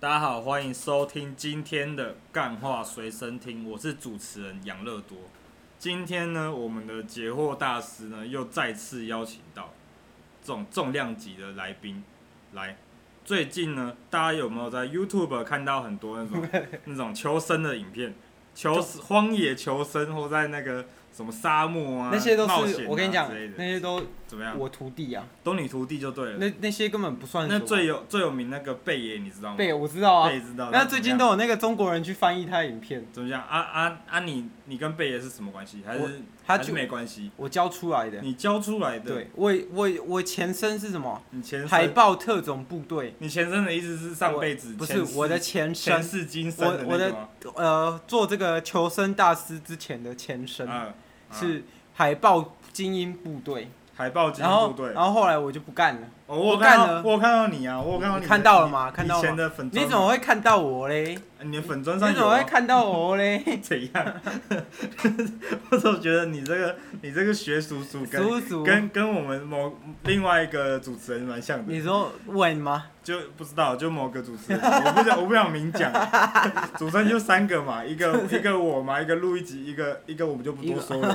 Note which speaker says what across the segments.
Speaker 1: 大家好，欢迎收听今天的《干话随身听》，我是主持人杨乐多。今天呢，我们的解惑大师呢又再次邀请到这种重量级的来宾来。最近呢，大家有没有在 YouTube 看到很多那 种那种求生的影片，求死荒野求生，或在那个什么沙漠啊，
Speaker 2: 那些都
Speaker 1: 冒
Speaker 2: 是、
Speaker 1: 险啊
Speaker 2: 我跟你讲
Speaker 1: 之类，的
Speaker 2: 那些都
Speaker 1: 怎么样？
Speaker 2: 我徒弟啊，
Speaker 1: 都你徒弟就对了。
Speaker 2: 那那些根本不算什
Speaker 1: 那
Speaker 2: 么。
Speaker 1: 最有最有名那个贝爷，你知道吗？
Speaker 2: 对，我知道啊
Speaker 1: 贝。知道。
Speaker 2: 那最近
Speaker 1: 怎么
Speaker 2: 都有那个中国人去翻译他的影片，
Speaker 1: 样怎么样？啊啊啊你！你跟贝爷是什么关系？还
Speaker 2: 我
Speaker 1: 是
Speaker 2: 他
Speaker 1: 还是
Speaker 2: 就
Speaker 1: 没关系？
Speaker 2: 我教出来的。
Speaker 1: 你教出来的，
Speaker 2: 对，我我我前身是什么？
Speaker 1: 你前
Speaker 2: 海
Speaker 1: 身，
Speaker 2: 豹特种部队。
Speaker 1: 你前身的意思是上
Speaker 2: 我
Speaker 1: 辈子
Speaker 2: 不是
Speaker 1: 前世
Speaker 2: 我的前
Speaker 1: 前
Speaker 2: 身，
Speaker 1: 世今生
Speaker 2: 我
Speaker 1: 那
Speaker 2: 我
Speaker 1: 个
Speaker 2: 的
Speaker 1: 吗？
Speaker 2: 呃，做这个求生大师之前的前身、
Speaker 1: 啊，啊
Speaker 2: 是海豹精英部队，
Speaker 1: 海豹精
Speaker 2: 然后
Speaker 1: 部队。
Speaker 2: 然后后来我就不干了。
Speaker 1: 哦，我有
Speaker 2: 我
Speaker 1: 看
Speaker 2: 干
Speaker 1: 到，
Speaker 2: 了
Speaker 1: 我有看到你啊，我有看到你
Speaker 2: 你
Speaker 1: 的
Speaker 2: 看到了吗
Speaker 1: 以
Speaker 2: 看到了
Speaker 1: 以
Speaker 2: 吗
Speaker 1: 前的粉
Speaker 2: 你
Speaker 1: 砖，
Speaker 2: 怎么会看到我嘞？
Speaker 1: 你的粉砖
Speaker 2: 你
Speaker 1: 上
Speaker 2: 怎
Speaker 1: 有
Speaker 2: 么
Speaker 1: 啊
Speaker 2: 会看到我嘞？
Speaker 1: 怎样？ 我总觉得你这个你这个学叔叔跟
Speaker 2: 叔叔，
Speaker 1: 跟跟我们某另外一个主持人蛮像的，
Speaker 2: 你说稳吗？
Speaker 1: 就不知道就某个主持人，我不想我不想明讲， 主持人就三个嘛，一个一个我嘛，一个录一集，一个一个我们就不多说了。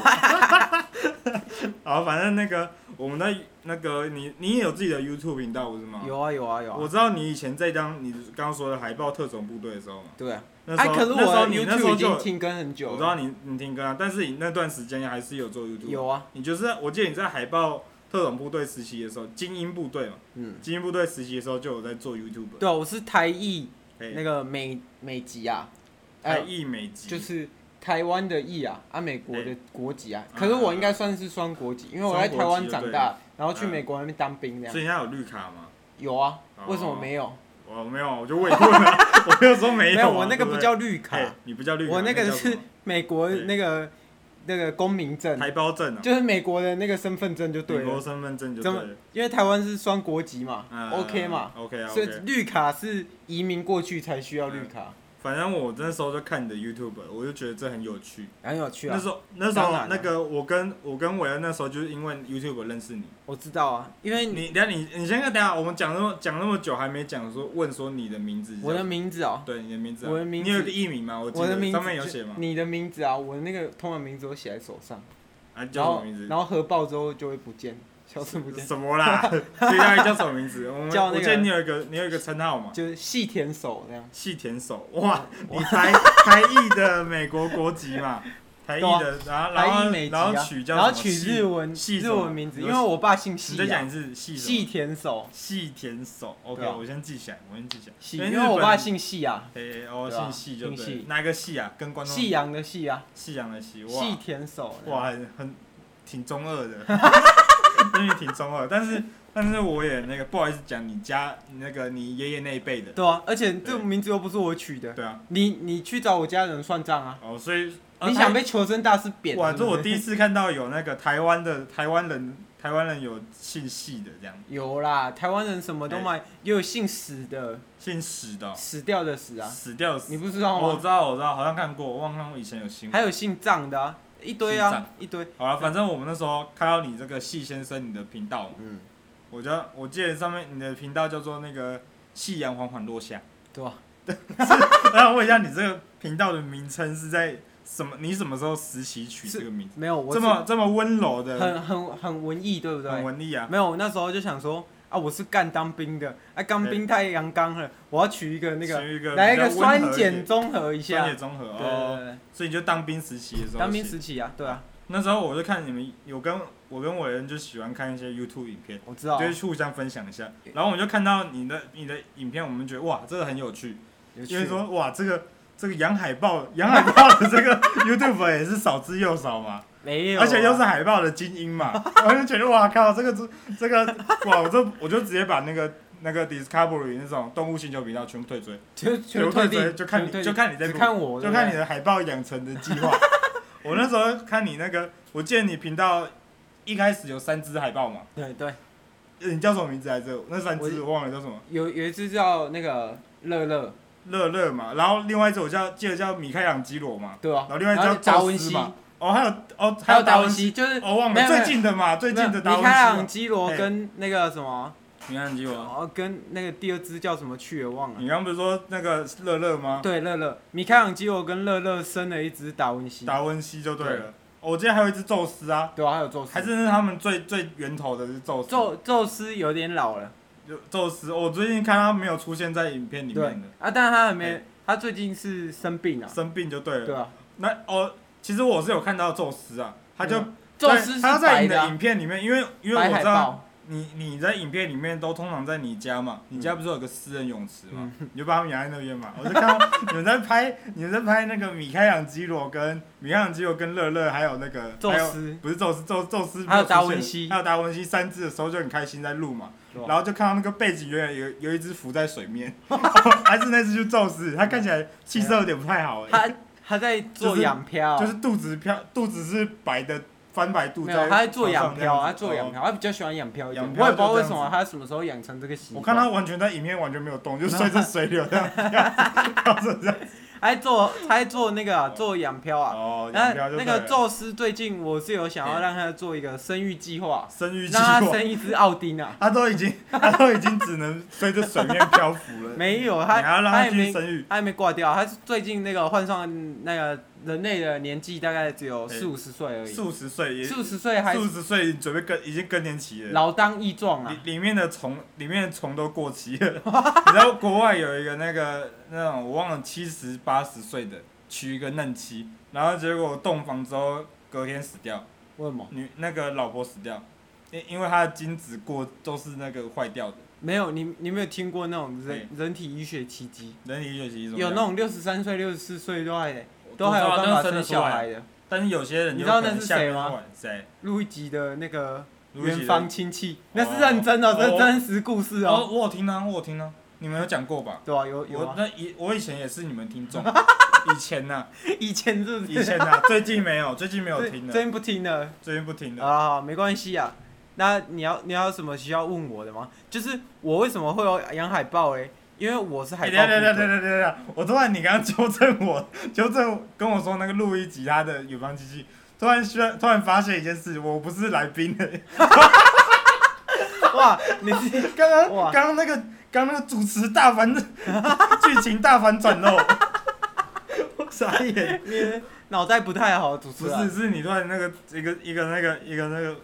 Speaker 1: 好，反正那个我们的那个你你也有自己的 YouTube 频道不是吗？。
Speaker 2: 有啊有啊有啊。
Speaker 1: 我知道你以前在当你刚刚说的海豹特种部队的时候嘛，
Speaker 2: 对啊，
Speaker 1: 那时
Speaker 2: 哎，
Speaker 1: 候、
Speaker 2: 可是
Speaker 1: 那时候
Speaker 2: 我
Speaker 1: 你那时候
Speaker 2: YouTube 已
Speaker 1: 就有
Speaker 2: 经停更很久
Speaker 1: 我
Speaker 2: 了。
Speaker 1: 知道你你听歌啊，但是你那段时间还是有做 YouTube。
Speaker 2: 有啊，
Speaker 1: 你就是我记得你在海豹特种部队实习的时候，精英部队嘛，
Speaker 2: 嗯，
Speaker 1: 精英部队实习的时候就有在做 YouTube，
Speaker 2: 对啊，我是台艺那
Speaker 1: 哎，
Speaker 2: 个美美籍啊，
Speaker 1: 台
Speaker 2: 呃，
Speaker 1: 艺美籍，
Speaker 2: 就是台湾的艺啊，啊，美国的国籍啊。
Speaker 1: 啊
Speaker 2: 可是我应该算是双国籍，因为我在台湾长大，然后去美国那边当兵这
Speaker 1: 所
Speaker 2: 样。
Speaker 1: 以人家有绿卡嘛。
Speaker 2: 有啊
Speaker 1: 嗯哦，
Speaker 2: 为什么没有？
Speaker 1: 我没有，我就问你问啊，我就说 没
Speaker 2: 没
Speaker 1: 啊
Speaker 2: 有，我那个
Speaker 1: 对
Speaker 2: 不
Speaker 1: 对
Speaker 2: 叫绿
Speaker 1: 哎
Speaker 2: 卡，
Speaker 1: 你不叫绿卡，
Speaker 2: 我那个
Speaker 1: 叫什
Speaker 2: 是
Speaker 1: 么
Speaker 2: 美国
Speaker 1: 对
Speaker 2: 那个那个公民证，
Speaker 1: 台胞证啊，
Speaker 2: 就是美国的那个身份证就对
Speaker 1: 美国
Speaker 2: 了。
Speaker 1: 身份证就对
Speaker 2: 怎么
Speaker 1: 了。
Speaker 2: 因为台湾是双国籍嘛
Speaker 1: 嗯
Speaker 2: ，OK 嘛，
Speaker 1: ？OK 啊嗯
Speaker 2: 所以
Speaker 1: OK，
Speaker 2: 绿卡是移民过去才需要绿卡，
Speaker 1: 反正我那时候就看你的 YouTube，我就觉得这很有趣。
Speaker 2: 很有趣
Speaker 1: 那
Speaker 2: 啊
Speaker 1: 时。候那时
Speaker 2: 当
Speaker 1: 候
Speaker 2: 然啊
Speaker 1: 那个我跟我跟韦恩那时候就是因为 YouTube 认识你，
Speaker 2: 我知道啊，因为
Speaker 1: 你等下你你先看，等下我们讲那么讲那么久还没讲说问说你的名字是叫什么，
Speaker 2: 我的名字哦，
Speaker 1: 对你的名字啊，
Speaker 2: 我的名字
Speaker 1: 你有个艺名吗？我记
Speaker 2: 我的
Speaker 1: 得
Speaker 2: 名字
Speaker 1: 上面有写吗？
Speaker 2: 你的名字啊，我那个通文名字我写在手上，
Speaker 1: 啊，
Speaker 2: 然
Speaker 1: 叫什
Speaker 2: 后
Speaker 1: 么名字
Speaker 2: 然？后合抱之后就会不见，消失不见，
Speaker 1: 什么啦？所以大概叫什么名 字？我们
Speaker 2: 叫那个
Speaker 1: 我记得你有一个你有一个称号嘛，
Speaker 2: 就是细田守那样。
Speaker 1: 细田守。哇，你台台裔的美国国籍嘛，台裔的，然后然
Speaker 2: 来
Speaker 1: 后
Speaker 2: 一美籍
Speaker 1: 然
Speaker 2: 啊
Speaker 1: 后取，叫
Speaker 2: 然后
Speaker 1: 什么
Speaker 2: 取
Speaker 1: 细
Speaker 2: 日文
Speaker 1: 细什
Speaker 2: 日
Speaker 1: 么
Speaker 2: 文名字，
Speaker 1: 你
Speaker 2: 因
Speaker 1: 说
Speaker 2: 为我爸姓细
Speaker 1: 你再讲一
Speaker 2: 啊，
Speaker 1: 次细什
Speaker 2: 细
Speaker 1: 么
Speaker 2: 田守，
Speaker 1: 细田守。OK，
Speaker 2: 对啊
Speaker 1: 我先记起来，我先记起来。
Speaker 2: 细，
Speaker 1: 哎日
Speaker 2: 因为我
Speaker 1: 本
Speaker 2: 爸。姓细啊，
Speaker 1: 诶，哦，
Speaker 2: 对啊
Speaker 1: 姓细就
Speaker 2: 姓
Speaker 1: 对了
Speaker 2: 细，
Speaker 1: 哪个细啊？跟观众
Speaker 2: 细阳的细啊，
Speaker 1: 细阳的细，哇
Speaker 2: 细田守。
Speaker 1: 哇，很很挺中二的， 真的挺中二。但是但是我也那个不好意思讲，你家你那个你爷爷那一辈的，
Speaker 2: 对啊，而且这
Speaker 1: 对
Speaker 2: 个名字又不是我取的，
Speaker 1: 对啊，
Speaker 2: 你你去找我家人算账啊。
Speaker 1: 哦，所以
Speaker 2: 你想被求生大师扁？
Speaker 1: 哇，
Speaker 2: 是
Speaker 1: 这
Speaker 2: 不是
Speaker 1: 我第一次看到有那个台湾的台湾人，台湾人有姓细的这样，
Speaker 2: 有啦，台湾人什么
Speaker 1: 哎
Speaker 2: 都买，也有姓死的，
Speaker 1: 姓史的哦、哦
Speaker 2: 死掉的死啊，
Speaker 1: 死掉的死
Speaker 2: 你。不知道
Speaker 1: 我
Speaker 2: 吗？
Speaker 1: 知道，我知道，好像看过，我忘了看过以前有新
Speaker 2: 还
Speaker 1: 闻。
Speaker 2: 有姓藏的啊，一堆
Speaker 1: 姓
Speaker 2: 啊，一堆。
Speaker 1: 好了，反正我们那时候看到你这个细先生你的频道嘛，
Speaker 2: 嗯，
Speaker 1: 我叫我记得上面你的频道叫做那个夕阳缓缓落下。
Speaker 2: 对啊吧？
Speaker 1: 那我问一下，你这个频道的名称是在什么？你什么时候实习取这个名字？
Speaker 2: 没有，我
Speaker 1: 这么这么温柔
Speaker 2: 是
Speaker 1: 的，
Speaker 2: 很很很文艺，对不
Speaker 1: 很
Speaker 2: 对？
Speaker 1: 文艺啊！
Speaker 2: 没有，我那时候就想说啊，我是干当兵的，啊，当兵太阳刚了，我要取一个那个，
Speaker 1: 属于一个
Speaker 2: 来一个
Speaker 1: 比较温和
Speaker 2: 酸碱综合一
Speaker 1: 酸
Speaker 2: 下
Speaker 1: 碱。综合
Speaker 2: 对
Speaker 1: 哦，
Speaker 2: 对对
Speaker 1: 所以你就当兵实习的时候写，
Speaker 2: 对，当兵时期啊，对啊，
Speaker 1: 那时候我就看你们有跟我跟伟人就喜欢看一些 YouTube 影片，
Speaker 2: 我知道啊
Speaker 1: 就。会互相分享一下。然后我们就看到你的你的影片，我们觉得哇，这个很有趣，
Speaker 2: 有趣
Speaker 1: 因为说哇，这个这个养海豹养海豹的这 个 YouTube 也是少之又少嘛。
Speaker 2: 没有啊，
Speaker 1: 而且又是海豹的精英嘛，我就觉得哇靠，这个这这个哇，我就我就直接把那个那个 Discovery 那种动物星球频道全部退追，
Speaker 2: 就
Speaker 1: 全
Speaker 2: 就
Speaker 1: 部
Speaker 2: 退
Speaker 1: 退
Speaker 2: 订，
Speaker 1: 追，就看
Speaker 2: 全部
Speaker 1: 你
Speaker 2: 退
Speaker 1: 就看你在
Speaker 2: 订只
Speaker 1: 录，
Speaker 2: 看我，
Speaker 1: 就
Speaker 2: 对不对
Speaker 1: 看你的海报养成的计 划。我那时候看你那个，我记得你频道一开始有三只海报嘛，
Speaker 2: 对对，
Speaker 1: 呃你叫什么名字来着？那三只我忘了叫什么，
Speaker 2: 有有一只叫那个乐乐，
Speaker 1: 乐乐嘛，然后另外一只我叫记得叫米开朗基罗嘛，
Speaker 2: 对吧
Speaker 1: 然？后另外一只叫
Speaker 2: 达
Speaker 1: 宙
Speaker 2: 文
Speaker 1: 斯
Speaker 2: 西，
Speaker 1: 嘛，哦还有哦
Speaker 2: 还有
Speaker 1: 有达
Speaker 2: 文
Speaker 1: 西，
Speaker 2: 西，就是
Speaker 1: 哦忘
Speaker 2: 没
Speaker 1: 了
Speaker 2: 有没
Speaker 1: 最
Speaker 2: 有
Speaker 1: 近的嘛，最近的达
Speaker 2: 米开
Speaker 1: 文
Speaker 2: 朗
Speaker 1: 西
Speaker 2: 基罗
Speaker 1: 哎
Speaker 2: 跟那个什么，
Speaker 1: 嘛，米开朗基罗，
Speaker 2: 哦，跟那个第二只叫什么去了忘了。
Speaker 1: 你刚不是说那个乐乐吗？
Speaker 2: 对，乐乐，米开朗基罗跟乐乐生了一只达文西，
Speaker 1: 达文西就对
Speaker 2: 对
Speaker 1: 了，哦我记得还有一只宙斯啊，
Speaker 2: 对啊，还有宙斯，
Speaker 1: 还是那是他们最最源头的是宙斯，
Speaker 2: 宙宙斯有点老了，
Speaker 1: 就宙斯，我最近看他没有出现在影片里
Speaker 2: 对
Speaker 1: 面的，
Speaker 2: 啊，但他还没
Speaker 1: 哎，
Speaker 2: 他最近是生病啊，
Speaker 1: 生病就对了。
Speaker 2: 对啊，
Speaker 1: 那哦，其实我是有看到宙斯啊，他就
Speaker 2: 嗯宙斯
Speaker 1: 在
Speaker 2: 是
Speaker 1: 他在
Speaker 2: 白
Speaker 1: 你
Speaker 2: 的
Speaker 1: 的
Speaker 2: 啊，
Speaker 1: 影片里面，因为因为
Speaker 2: 白
Speaker 1: 我
Speaker 2: 海
Speaker 1: 知道
Speaker 2: 豹，嗯
Speaker 1: 你你在影片里面都通常在你家嘛，你家不是有个私人泳池嘛，你就把他们养在那边嘛。我就看 到你们在拍你们在拍那个米开朗基罗跟米开朗基罗跟乐乐，还有那个
Speaker 2: 宙
Speaker 1: 还有
Speaker 2: 斯
Speaker 1: 不是宙斯，宙宙斯没
Speaker 2: 还有
Speaker 1: 出
Speaker 2: 达
Speaker 1: 现
Speaker 2: 文西
Speaker 1: 还有达文西三只的时候就很开心在录嘛，
Speaker 2: 对吧啊
Speaker 1: 然后就看到那个背景原来有有一只浮在水 面，还是那只就宙斯，它看起来气色有点不太好哎、
Speaker 2: 他他在做
Speaker 1: 就是
Speaker 2: 仰漂，
Speaker 1: 就是肚子飘，肚子是白的翻白肚
Speaker 2: 没
Speaker 1: 在
Speaker 2: 有，他在做
Speaker 1: 床上
Speaker 2: 仰漂啊，
Speaker 1: 这
Speaker 2: 他
Speaker 1: 样子哦
Speaker 2: 做仰漂，他比较喜欢仰漂一点，
Speaker 1: 仰
Speaker 2: 我
Speaker 1: 漂
Speaker 2: 也不知道
Speaker 1: 就
Speaker 2: 为
Speaker 1: 这
Speaker 2: 什么
Speaker 1: 样
Speaker 2: 他什么时候养成这个习
Speaker 1: 我
Speaker 2: 惯，
Speaker 1: 看他完全在影片完全没有动，就随着水流这样，这样子这样子。
Speaker 2: 还做还做那个啊做仰漂啊，
Speaker 1: 哦，
Speaker 2: 那
Speaker 1: 养膘就
Speaker 2: 那
Speaker 1: 对
Speaker 2: 个
Speaker 1: 了
Speaker 2: 宙斯最近我是有想要让他做一个生育计划，
Speaker 1: 生育计
Speaker 2: 让他
Speaker 1: 划，
Speaker 2: 生一只奥丁啊，
Speaker 1: 他都已经他都已经只能随着水面漂浮了，
Speaker 2: 没有
Speaker 1: 你还
Speaker 2: 他
Speaker 1: 要让
Speaker 2: 他
Speaker 1: 他
Speaker 2: 也
Speaker 1: 继续
Speaker 2: 没
Speaker 1: 生育，
Speaker 2: 他还没挂掉，他是最近那个换算那个人类的年纪大概只有四五十岁而已，
Speaker 1: 数十岁也
Speaker 2: 四五十岁还
Speaker 1: 数十岁准备更已经更年期了。
Speaker 2: 老当益壮啊，
Speaker 1: 里里面的虫，里面的虫都过期了。 你知道国外有一个那个那种我忘了七十八十岁的娶一个嫩妻，然后结果洞房之后隔天死掉，
Speaker 2: 为什么？
Speaker 1: 女那个老婆死掉，因因为她的精子过都是那个坏掉的，
Speaker 2: 没有你你没有听过那种
Speaker 1: 哎
Speaker 2: 人人体医学奇迹？
Speaker 1: 人体学习一种
Speaker 2: 有那种六十三岁、六十四岁都还
Speaker 1: 我
Speaker 2: 都还有
Speaker 1: 知道
Speaker 2: 办
Speaker 1: 那
Speaker 2: 法
Speaker 1: 生得
Speaker 2: 生
Speaker 1: 出
Speaker 2: 小
Speaker 1: 来
Speaker 2: 孩的，
Speaker 1: 但是有些人
Speaker 2: 你
Speaker 1: 有
Speaker 2: 知道
Speaker 1: 可能
Speaker 2: 那是
Speaker 1: 下
Speaker 2: 谁
Speaker 1: 面
Speaker 2: 吗
Speaker 1: 晚？谁？
Speaker 2: 路易吉的那个
Speaker 1: 卢奇
Speaker 2: 远
Speaker 1: 的
Speaker 2: 方亲戚，那
Speaker 1: 的
Speaker 2: 是认真的，
Speaker 1: 哦
Speaker 2: 这是真实故事
Speaker 1: 哦，
Speaker 2: 哦，
Speaker 1: 我有听啊，我有听啊，你们有讲过吧？
Speaker 2: 对吧？有有
Speaker 1: 我
Speaker 2: 啊，
Speaker 1: 那以我以前也是你们听众， 以前呐、
Speaker 2: 以前是不是
Speaker 1: 以前 呐、最近没有，最近没有
Speaker 2: 最
Speaker 1: 听
Speaker 2: 最
Speaker 1: 了，
Speaker 2: 近不听了
Speaker 1: 最近不听了。
Speaker 2: 啊，没关系啊。那你要你要有什么需要问我的吗？就是我为什么会有养海豹嘞？因为我是海
Speaker 1: 哎，
Speaker 2: 豹
Speaker 1: 等
Speaker 2: 部队
Speaker 1: 等等等等等等，我突然你刚刚纠正我，纠正跟我说那个录一集他的远方机器，突然突然突然发现一件事，我不是来宾的，
Speaker 2: 哇，你是
Speaker 1: 刚刚
Speaker 2: 哇
Speaker 1: 刚刚那个刚刚那个主持大反 剧情大反转哦喽，傻眼，
Speaker 2: 你脑袋不太好，主持
Speaker 1: 不
Speaker 2: 人、
Speaker 1: 是是你突然那个一个一个那个一个那个。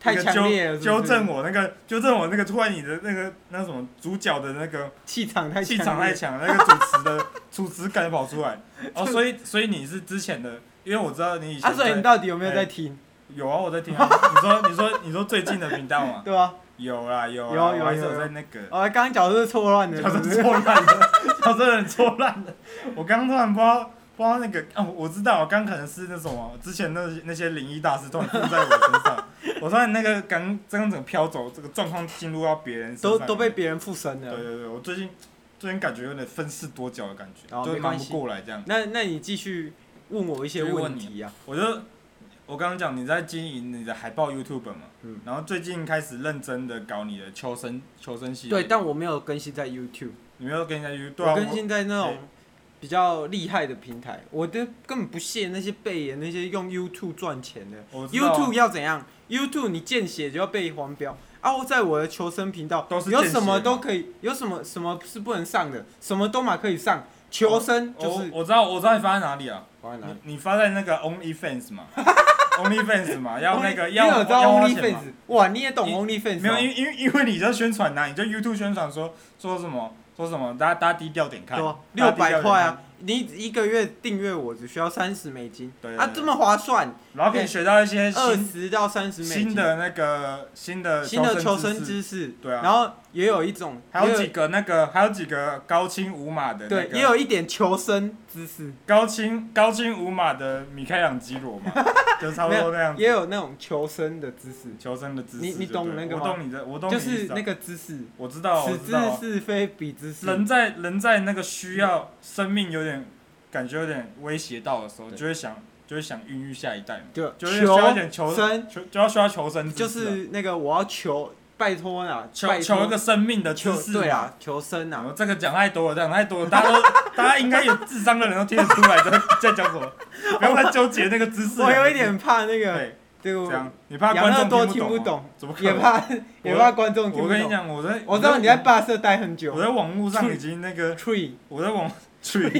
Speaker 2: 太
Speaker 1: 一个
Speaker 2: 强烈了是不是
Speaker 1: 纠纠正我那个纠正我那个，突然你的那个那什么主角的那个
Speaker 2: 气场太
Speaker 1: 气
Speaker 2: 强
Speaker 1: 场
Speaker 2: 烈
Speaker 1: 太强，那个主持的主持感跑出来。哦，所以所以你是之前的，因为我知道你以前
Speaker 2: 啊，所以你
Speaker 1: 在
Speaker 2: 到底有没有在听？
Speaker 1: 有啊，我在听啊。你说你说你说最近的频道嘛，
Speaker 2: 对吧、
Speaker 1: 有啦有
Speaker 2: 有
Speaker 1: 啦，
Speaker 2: 有
Speaker 1: 我
Speaker 2: 啊
Speaker 1: 还是有
Speaker 2: 有
Speaker 1: 在那个，
Speaker 2: 啊？哦，刚刚角色是错乱的，
Speaker 1: 叫做
Speaker 2: 是不
Speaker 1: 错
Speaker 2: 是
Speaker 1: 乱的，叫做人错乱的。我刚刚突然不知道不知道那个，哦，我知道，我刚可能是那什么，之前那那些灵异大师突然附在我身上，我突然那个刚这样整个飘走，这个状况进入到别人身上
Speaker 2: 都
Speaker 1: 里面，
Speaker 2: 都被别人附身
Speaker 1: 对
Speaker 2: 了。
Speaker 1: 对对，我最近最近感觉有点分饰多角的感觉，
Speaker 2: 哦
Speaker 1: 就
Speaker 2: 没
Speaker 1: 忙
Speaker 2: 关
Speaker 1: 不
Speaker 2: 系
Speaker 1: 过来这样。
Speaker 2: 那那你继续问我一些
Speaker 1: 继续问
Speaker 2: 问
Speaker 1: 你
Speaker 2: 题啊？
Speaker 1: 我就我刚刚讲你在经营你的海报 YouTube 嘛，
Speaker 2: 嗯
Speaker 1: 然后最近开始认真的搞你的求生求生系列，
Speaker 2: 对，，但我没有更新在 YouTube，
Speaker 1: 你没有跟人家 YouTube，对啊，
Speaker 2: 我更新在那种
Speaker 1: 哎
Speaker 2: 比较厉害的平台，我都根本不屑那些贝爷那些用 YouTube 赚钱的。
Speaker 1: 我我知道啊
Speaker 2: YouTube 要怎样？YouTube 你见血就要被黄标啊！我在我的求生频道
Speaker 1: 都是
Speaker 2: 有
Speaker 1: 见血
Speaker 2: 什么都
Speaker 1: 嘛
Speaker 2: 可以，有什么什么是不能上的，什么都嘛可以上。求
Speaker 1: 哦
Speaker 2: 生就是
Speaker 1: 我我知道我知道你发在哪里啊，
Speaker 2: 我在哪里？
Speaker 1: 你你发在那个 OnlyFans 嘛，OnlyFans 嘛，要那个
Speaker 2: 你
Speaker 1: 要
Speaker 2: 有知道
Speaker 1: 要花钱
Speaker 2: OnlyFans？
Speaker 1: 嘛。
Speaker 2: 哇，你也懂
Speaker 1: 你
Speaker 2: OnlyFans？
Speaker 1: 没有，
Speaker 2: 哦
Speaker 1: 因因因为你在宣传呐、你就 YouTube 宣传说说什么说什么，大家大家低调点看
Speaker 2: 哦对吧，？
Speaker 1: 大家
Speaker 2: 六
Speaker 1: 低调
Speaker 2: 百
Speaker 1: 点
Speaker 2: 块
Speaker 1: 看
Speaker 2: 啊，！你一个月订阅我只需要三十美金，
Speaker 1: 对
Speaker 2: 啊，
Speaker 1: 对
Speaker 2: 这
Speaker 1: 对
Speaker 2: 么划算，
Speaker 1: 然后可以学到一些
Speaker 2: 二
Speaker 1: 新
Speaker 2: 十到三十美金
Speaker 1: 新的那个新的
Speaker 2: 新的求生
Speaker 1: 知识，
Speaker 2: 知识，
Speaker 1: 对啊
Speaker 2: 然后也有一种，
Speaker 1: 还有
Speaker 2: 也
Speaker 1: 几个那个，还有几个高清无码的、那
Speaker 2: 对
Speaker 1: 个，，
Speaker 2: 也有一点求生姿势，
Speaker 1: 高清高清无码的米开朗基罗嘛， 就差不
Speaker 2: 没
Speaker 1: 多那样子
Speaker 2: 也有那种求生的姿势，
Speaker 1: 求生的姿势就对了。
Speaker 2: 你你懂那个吗
Speaker 1: 我懂你的，我懂你
Speaker 2: 就
Speaker 1: 的意
Speaker 2: 是
Speaker 1: 思啊
Speaker 2: 那个姿势，
Speaker 1: 我知道，我
Speaker 2: 此
Speaker 1: 知道
Speaker 2: 姿。是非彼之是，
Speaker 1: 人在人在那个需要生命有点感觉有点威胁到的时候，
Speaker 2: 对
Speaker 1: 就会想就会想孕育下一代嘛，
Speaker 2: 就
Speaker 1: 就会需要一点
Speaker 2: 求
Speaker 1: 求
Speaker 2: 生，
Speaker 1: 求就要需要求生
Speaker 2: 就
Speaker 1: 知识啊，
Speaker 2: 是那个我要求，拜托啦，
Speaker 1: 求
Speaker 2: 拜托
Speaker 1: 求一个生命的知
Speaker 2: 求
Speaker 1: 识嘛。
Speaker 2: 对啊，求生啊，
Speaker 1: 我这个讲太多了，讲太多了，大家 都大家应该有智商的人都听得出来在在讲 什么，不要再纠结那个知识。啊
Speaker 2: 我有一点怕那个
Speaker 1: 对，
Speaker 2: 这
Speaker 1: 这
Speaker 2: 个
Speaker 1: 样，你怕观众
Speaker 2: 多
Speaker 1: 不
Speaker 2: 听
Speaker 1: 懂
Speaker 2: 不
Speaker 1: 吗，
Speaker 2: 懂，
Speaker 1: 怎么可
Speaker 2: 也
Speaker 1: 能？
Speaker 2: 怕也怕观众听
Speaker 1: 我
Speaker 2: 不
Speaker 1: 跟你
Speaker 2: 懂。
Speaker 1: 讲，我在
Speaker 2: 我知道你在哦霸社待很
Speaker 1: 我
Speaker 2: 久
Speaker 1: 在网络上已经那个，
Speaker 2: ，tree
Speaker 1: 我在 网去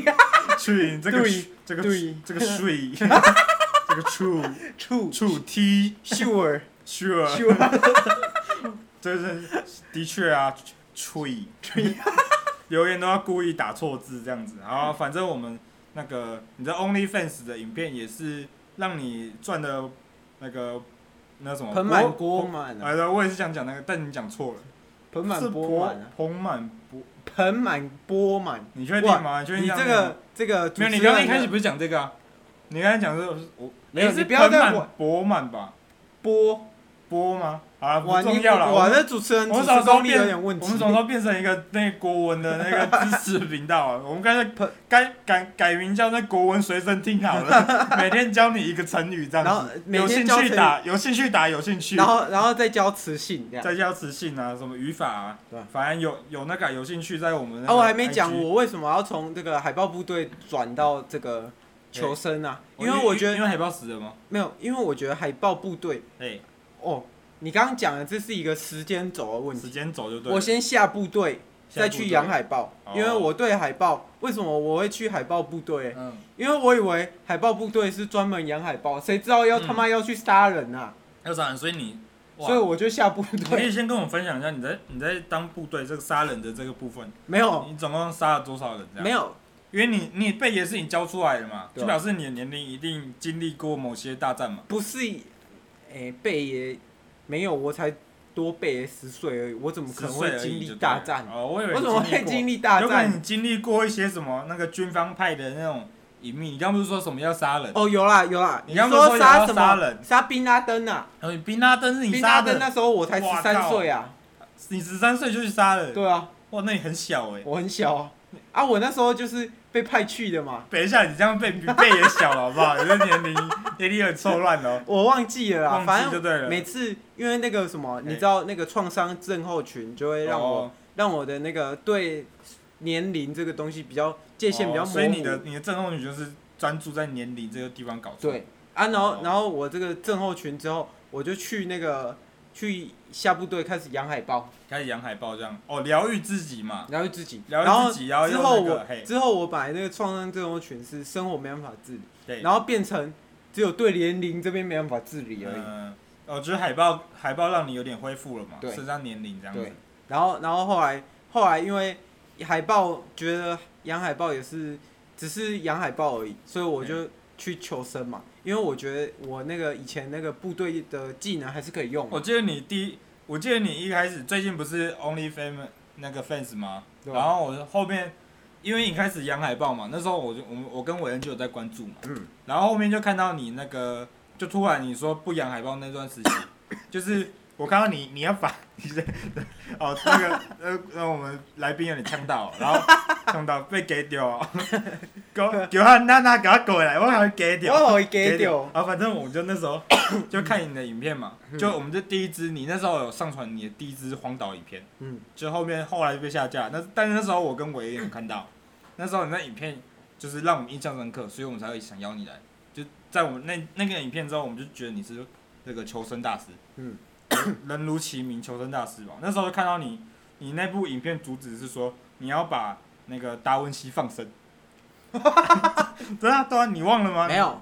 Speaker 1: 去这个
Speaker 2: 对
Speaker 1: 这个
Speaker 2: 对
Speaker 1: 这个 tree 这个 true
Speaker 2: true
Speaker 1: true t
Speaker 2: sure
Speaker 1: sure，
Speaker 2: sure
Speaker 1: 这是的确啊，tree 留言都要故意打错字这样子。好，反正我们那个你的 OnlyFans 的影片也是让你赚的，那个那什么
Speaker 2: 盆满
Speaker 1: 钵
Speaker 2: 钵满啊，
Speaker 1: 哎，对，我也是想讲那个，但你讲错了，
Speaker 2: 盆满
Speaker 1: 是
Speaker 2: 钵
Speaker 1: 钵
Speaker 2: 满啊，
Speaker 1: 盆满钵，
Speaker 2: 盆满钵满。
Speaker 1: 你确定吗？你确定
Speaker 2: 你
Speaker 1: 要
Speaker 2: 这
Speaker 1: 那样吗
Speaker 2: 个这个主
Speaker 1: 没有？你
Speaker 2: 持
Speaker 1: 刚刚
Speaker 2: 人
Speaker 1: 一开始
Speaker 2: 的
Speaker 1: 不是讲这个啊？你刚才讲的是我
Speaker 2: 没有
Speaker 1: 哎
Speaker 2: 你
Speaker 1: 是
Speaker 2: 不要
Speaker 1: 盆
Speaker 2: 再
Speaker 1: 满
Speaker 2: 我
Speaker 1: 钵满吧？
Speaker 2: 播
Speaker 1: 钵吗？好了，不
Speaker 2: 哇，你
Speaker 1: 重要了。我
Speaker 2: 哇，
Speaker 1: 们
Speaker 2: 那主持人
Speaker 1: 我们
Speaker 2: 主
Speaker 1: 什么
Speaker 2: 持
Speaker 1: 时候
Speaker 2: 功力
Speaker 1: 变
Speaker 2: 有点问题
Speaker 1: 我。们什么时候变成一个那个国文的那 个知识频道啊？我们干脆
Speaker 2: 喷
Speaker 1: 改改改名叫那国文随身听好了，每天教你一个成语这样
Speaker 2: 然后
Speaker 1: 子。
Speaker 2: 每
Speaker 1: 有
Speaker 2: 天
Speaker 1: 兴
Speaker 2: 教
Speaker 1: 趣打，有兴趣打，有兴趣。
Speaker 2: 然后然后再教词性这样。
Speaker 1: 再教词性啊，什么语法啊
Speaker 2: 对，
Speaker 1: 反正有有那个有兴趣在我们那个 IG。
Speaker 2: 啊，我还没讲我为什么要从这个海豹部队转到这个求生啊，
Speaker 1: 哦，
Speaker 2: 因为我觉
Speaker 1: 因
Speaker 2: 得
Speaker 1: 为海豹死了吗？
Speaker 2: 没有，因为我觉得海豹部队
Speaker 1: 哎，
Speaker 2: 哦，你刚刚讲的这是一个时间轴的问
Speaker 1: 时
Speaker 2: 题。
Speaker 1: 间走就对了。
Speaker 2: 嗯我先下部队，
Speaker 1: 下
Speaker 2: 再
Speaker 1: 部
Speaker 2: 去
Speaker 1: 队
Speaker 2: 养海豹，
Speaker 1: 哦
Speaker 2: 因为我对海豹，为什么我会去海豹部队？啊
Speaker 1: 嗯，
Speaker 2: 因为我以为海豹部队是专门养海豹，谁知道要他妈要去杀人啊！
Speaker 1: 要啥？所以你，嗯哇
Speaker 2: 所以我就下部
Speaker 1: 你可
Speaker 2: 队，
Speaker 1: 以先跟我分享一下你在你在当部队这个杀人的这个部分，
Speaker 2: 没有
Speaker 1: 你总共杀了多少人？这样
Speaker 2: 哦没有，
Speaker 1: 因为你你被也是你教出来的嘛，
Speaker 2: 对
Speaker 1: 就
Speaker 2: 啊
Speaker 1: 表示你的年龄一定经历过某些大战嘛。
Speaker 2: 不是以，哎、贝爷没有，我才多贝爷十岁而已，我怎么可能会
Speaker 1: 10岁而已
Speaker 2: 经历
Speaker 1: 就对
Speaker 2: 大战？
Speaker 1: 哦，我以为
Speaker 2: 我
Speaker 1: 你
Speaker 2: 怎么会经
Speaker 1: 历
Speaker 2: 历大
Speaker 1: 有可能
Speaker 2: 战？
Speaker 1: 你经历过一些什么那个军方派的那种隐秘。你刚不是说什么要杀人？
Speaker 2: 哦，有啦有啦，
Speaker 1: 你
Speaker 2: 你
Speaker 1: 刚不是说
Speaker 2: 说
Speaker 1: 有要
Speaker 2: 什
Speaker 1: 杀
Speaker 2: 么？
Speaker 1: 人
Speaker 2: 杀宾拉登啊！
Speaker 1: 然后你宾拉登是你
Speaker 2: 宾
Speaker 1: 杀
Speaker 2: 拉登
Speaker 1: 的，
Speaker 2: 那时候我才
Speaker 1: 哇
Speaker 2: 十三岁啊，
Speaker 1: 你十三岁就去杀人，
Speaker 2: 对啊，
Speaker 1: 哇，那你很小哎、
Speaker 2: 我很小啊，啊，我那时候就是被派去的嘛，
Speaker 1: 等一下，你这样被 被也小了好不好？你的年龄年龄很错乱哦，
Speaker 2: 我忘记了啦，
Speaker 1: 忘
Speaker 2: 反
Speaker 1: 记就
Speaker 2: 正
Speaker 1: 对了。
Speaker 2: 每次因为那个什么，
Speaker 1: 哎
Speaker 2: 你知道那个创伤症候群就会让我、
Speaker 1: 哦
Speaker 2: 让我的那个对年龄这个东西比较界限比较
Speaker 1: 哦
Speaker 2: 模糊，
Speaker 1: 所以你的你的症候群就是专注在年龄这个地方搞错。
Speaker 2: 对啊，然后
Speaker 1: 哦
Speaker 2: 然后我这个症候群之后，我就去那个去下部队开始养海豹，
Speaker 1: 开始养海豹这样哦，疗愈自己嘛，
Speaker 2: 然后自己，然
Speaker 1: 疗
Speaker 2: 后
Speaker 1: 愈自己，然后
Speaker 2: 之
Speaker 1: 用
Speaker 2: 后
Speaker 1: 那个
Speaker 2: 我
Speaker 1: 嘿，
Speaker 2: 之后我把那个创伤症候群是生活没办法治理，
Speaker 1: 对，
Speaker 2: 然后变成只有对年龄这边没办法治理而已。
Speaker 1: 嗯，哦，就是海豹，海豹让你有点恢复了嘛，
Speaker 2: 对
Speaker 1: 身上年龄这样子
Speaker 2: 对，然后然后后来后来因为海豹觉得养海豹也是只是养海豹而已，所以我
Speaker 1: 嗯
Speaker 2: 就去求生嘛，因为我觉得我那个以前那个部队的技能还是可以用嘛
Speaker 1: 我，记得你第一，我记得你一开始最近不是 Only Fans 那个 Fans 吗？
Speaker 2: 对
Speaker 1: 然
Speaker 2: 吧？
Speaker 1: 后我后面，因为你开始养海豹嘛，那时候我就我们我跟伟恩就有在关注嘛，
Speaker 2: 嗯，
Speaker 1: 然后后面就看到你那个，就突然你说不养海豹那段 时期，就是我看到你你要把你在哦那个呃让我们来宾有点呛到，然后呛到被给 掉，给给他娜娜给他过来，我还给掉。
Speaker 2: 我会哦给掉，嗯
Speaker 1: 啊，反正我就那时候 就看你的影片嘛，就我们这第一支，你那时候有上传你的第一支荒岛影片，
Speaker 2: 嗯，
Speaker 1: 就后面后来被下架，那但是那时候我跟伟也有看到，那时候你那影片就是让我们印象深刻，所以我们才会想邀你来。就在我们那那个影片之后，我们就觉得你是那个求生大师，
Speaker 2: 嗯，
Speaker 1: 人如其名，求生大师嘛。那时候看到你，你那部影片主旨是说你要把那个达文西放 生， 对啊对啊，你忘了吗？
Speaker 2: 没有，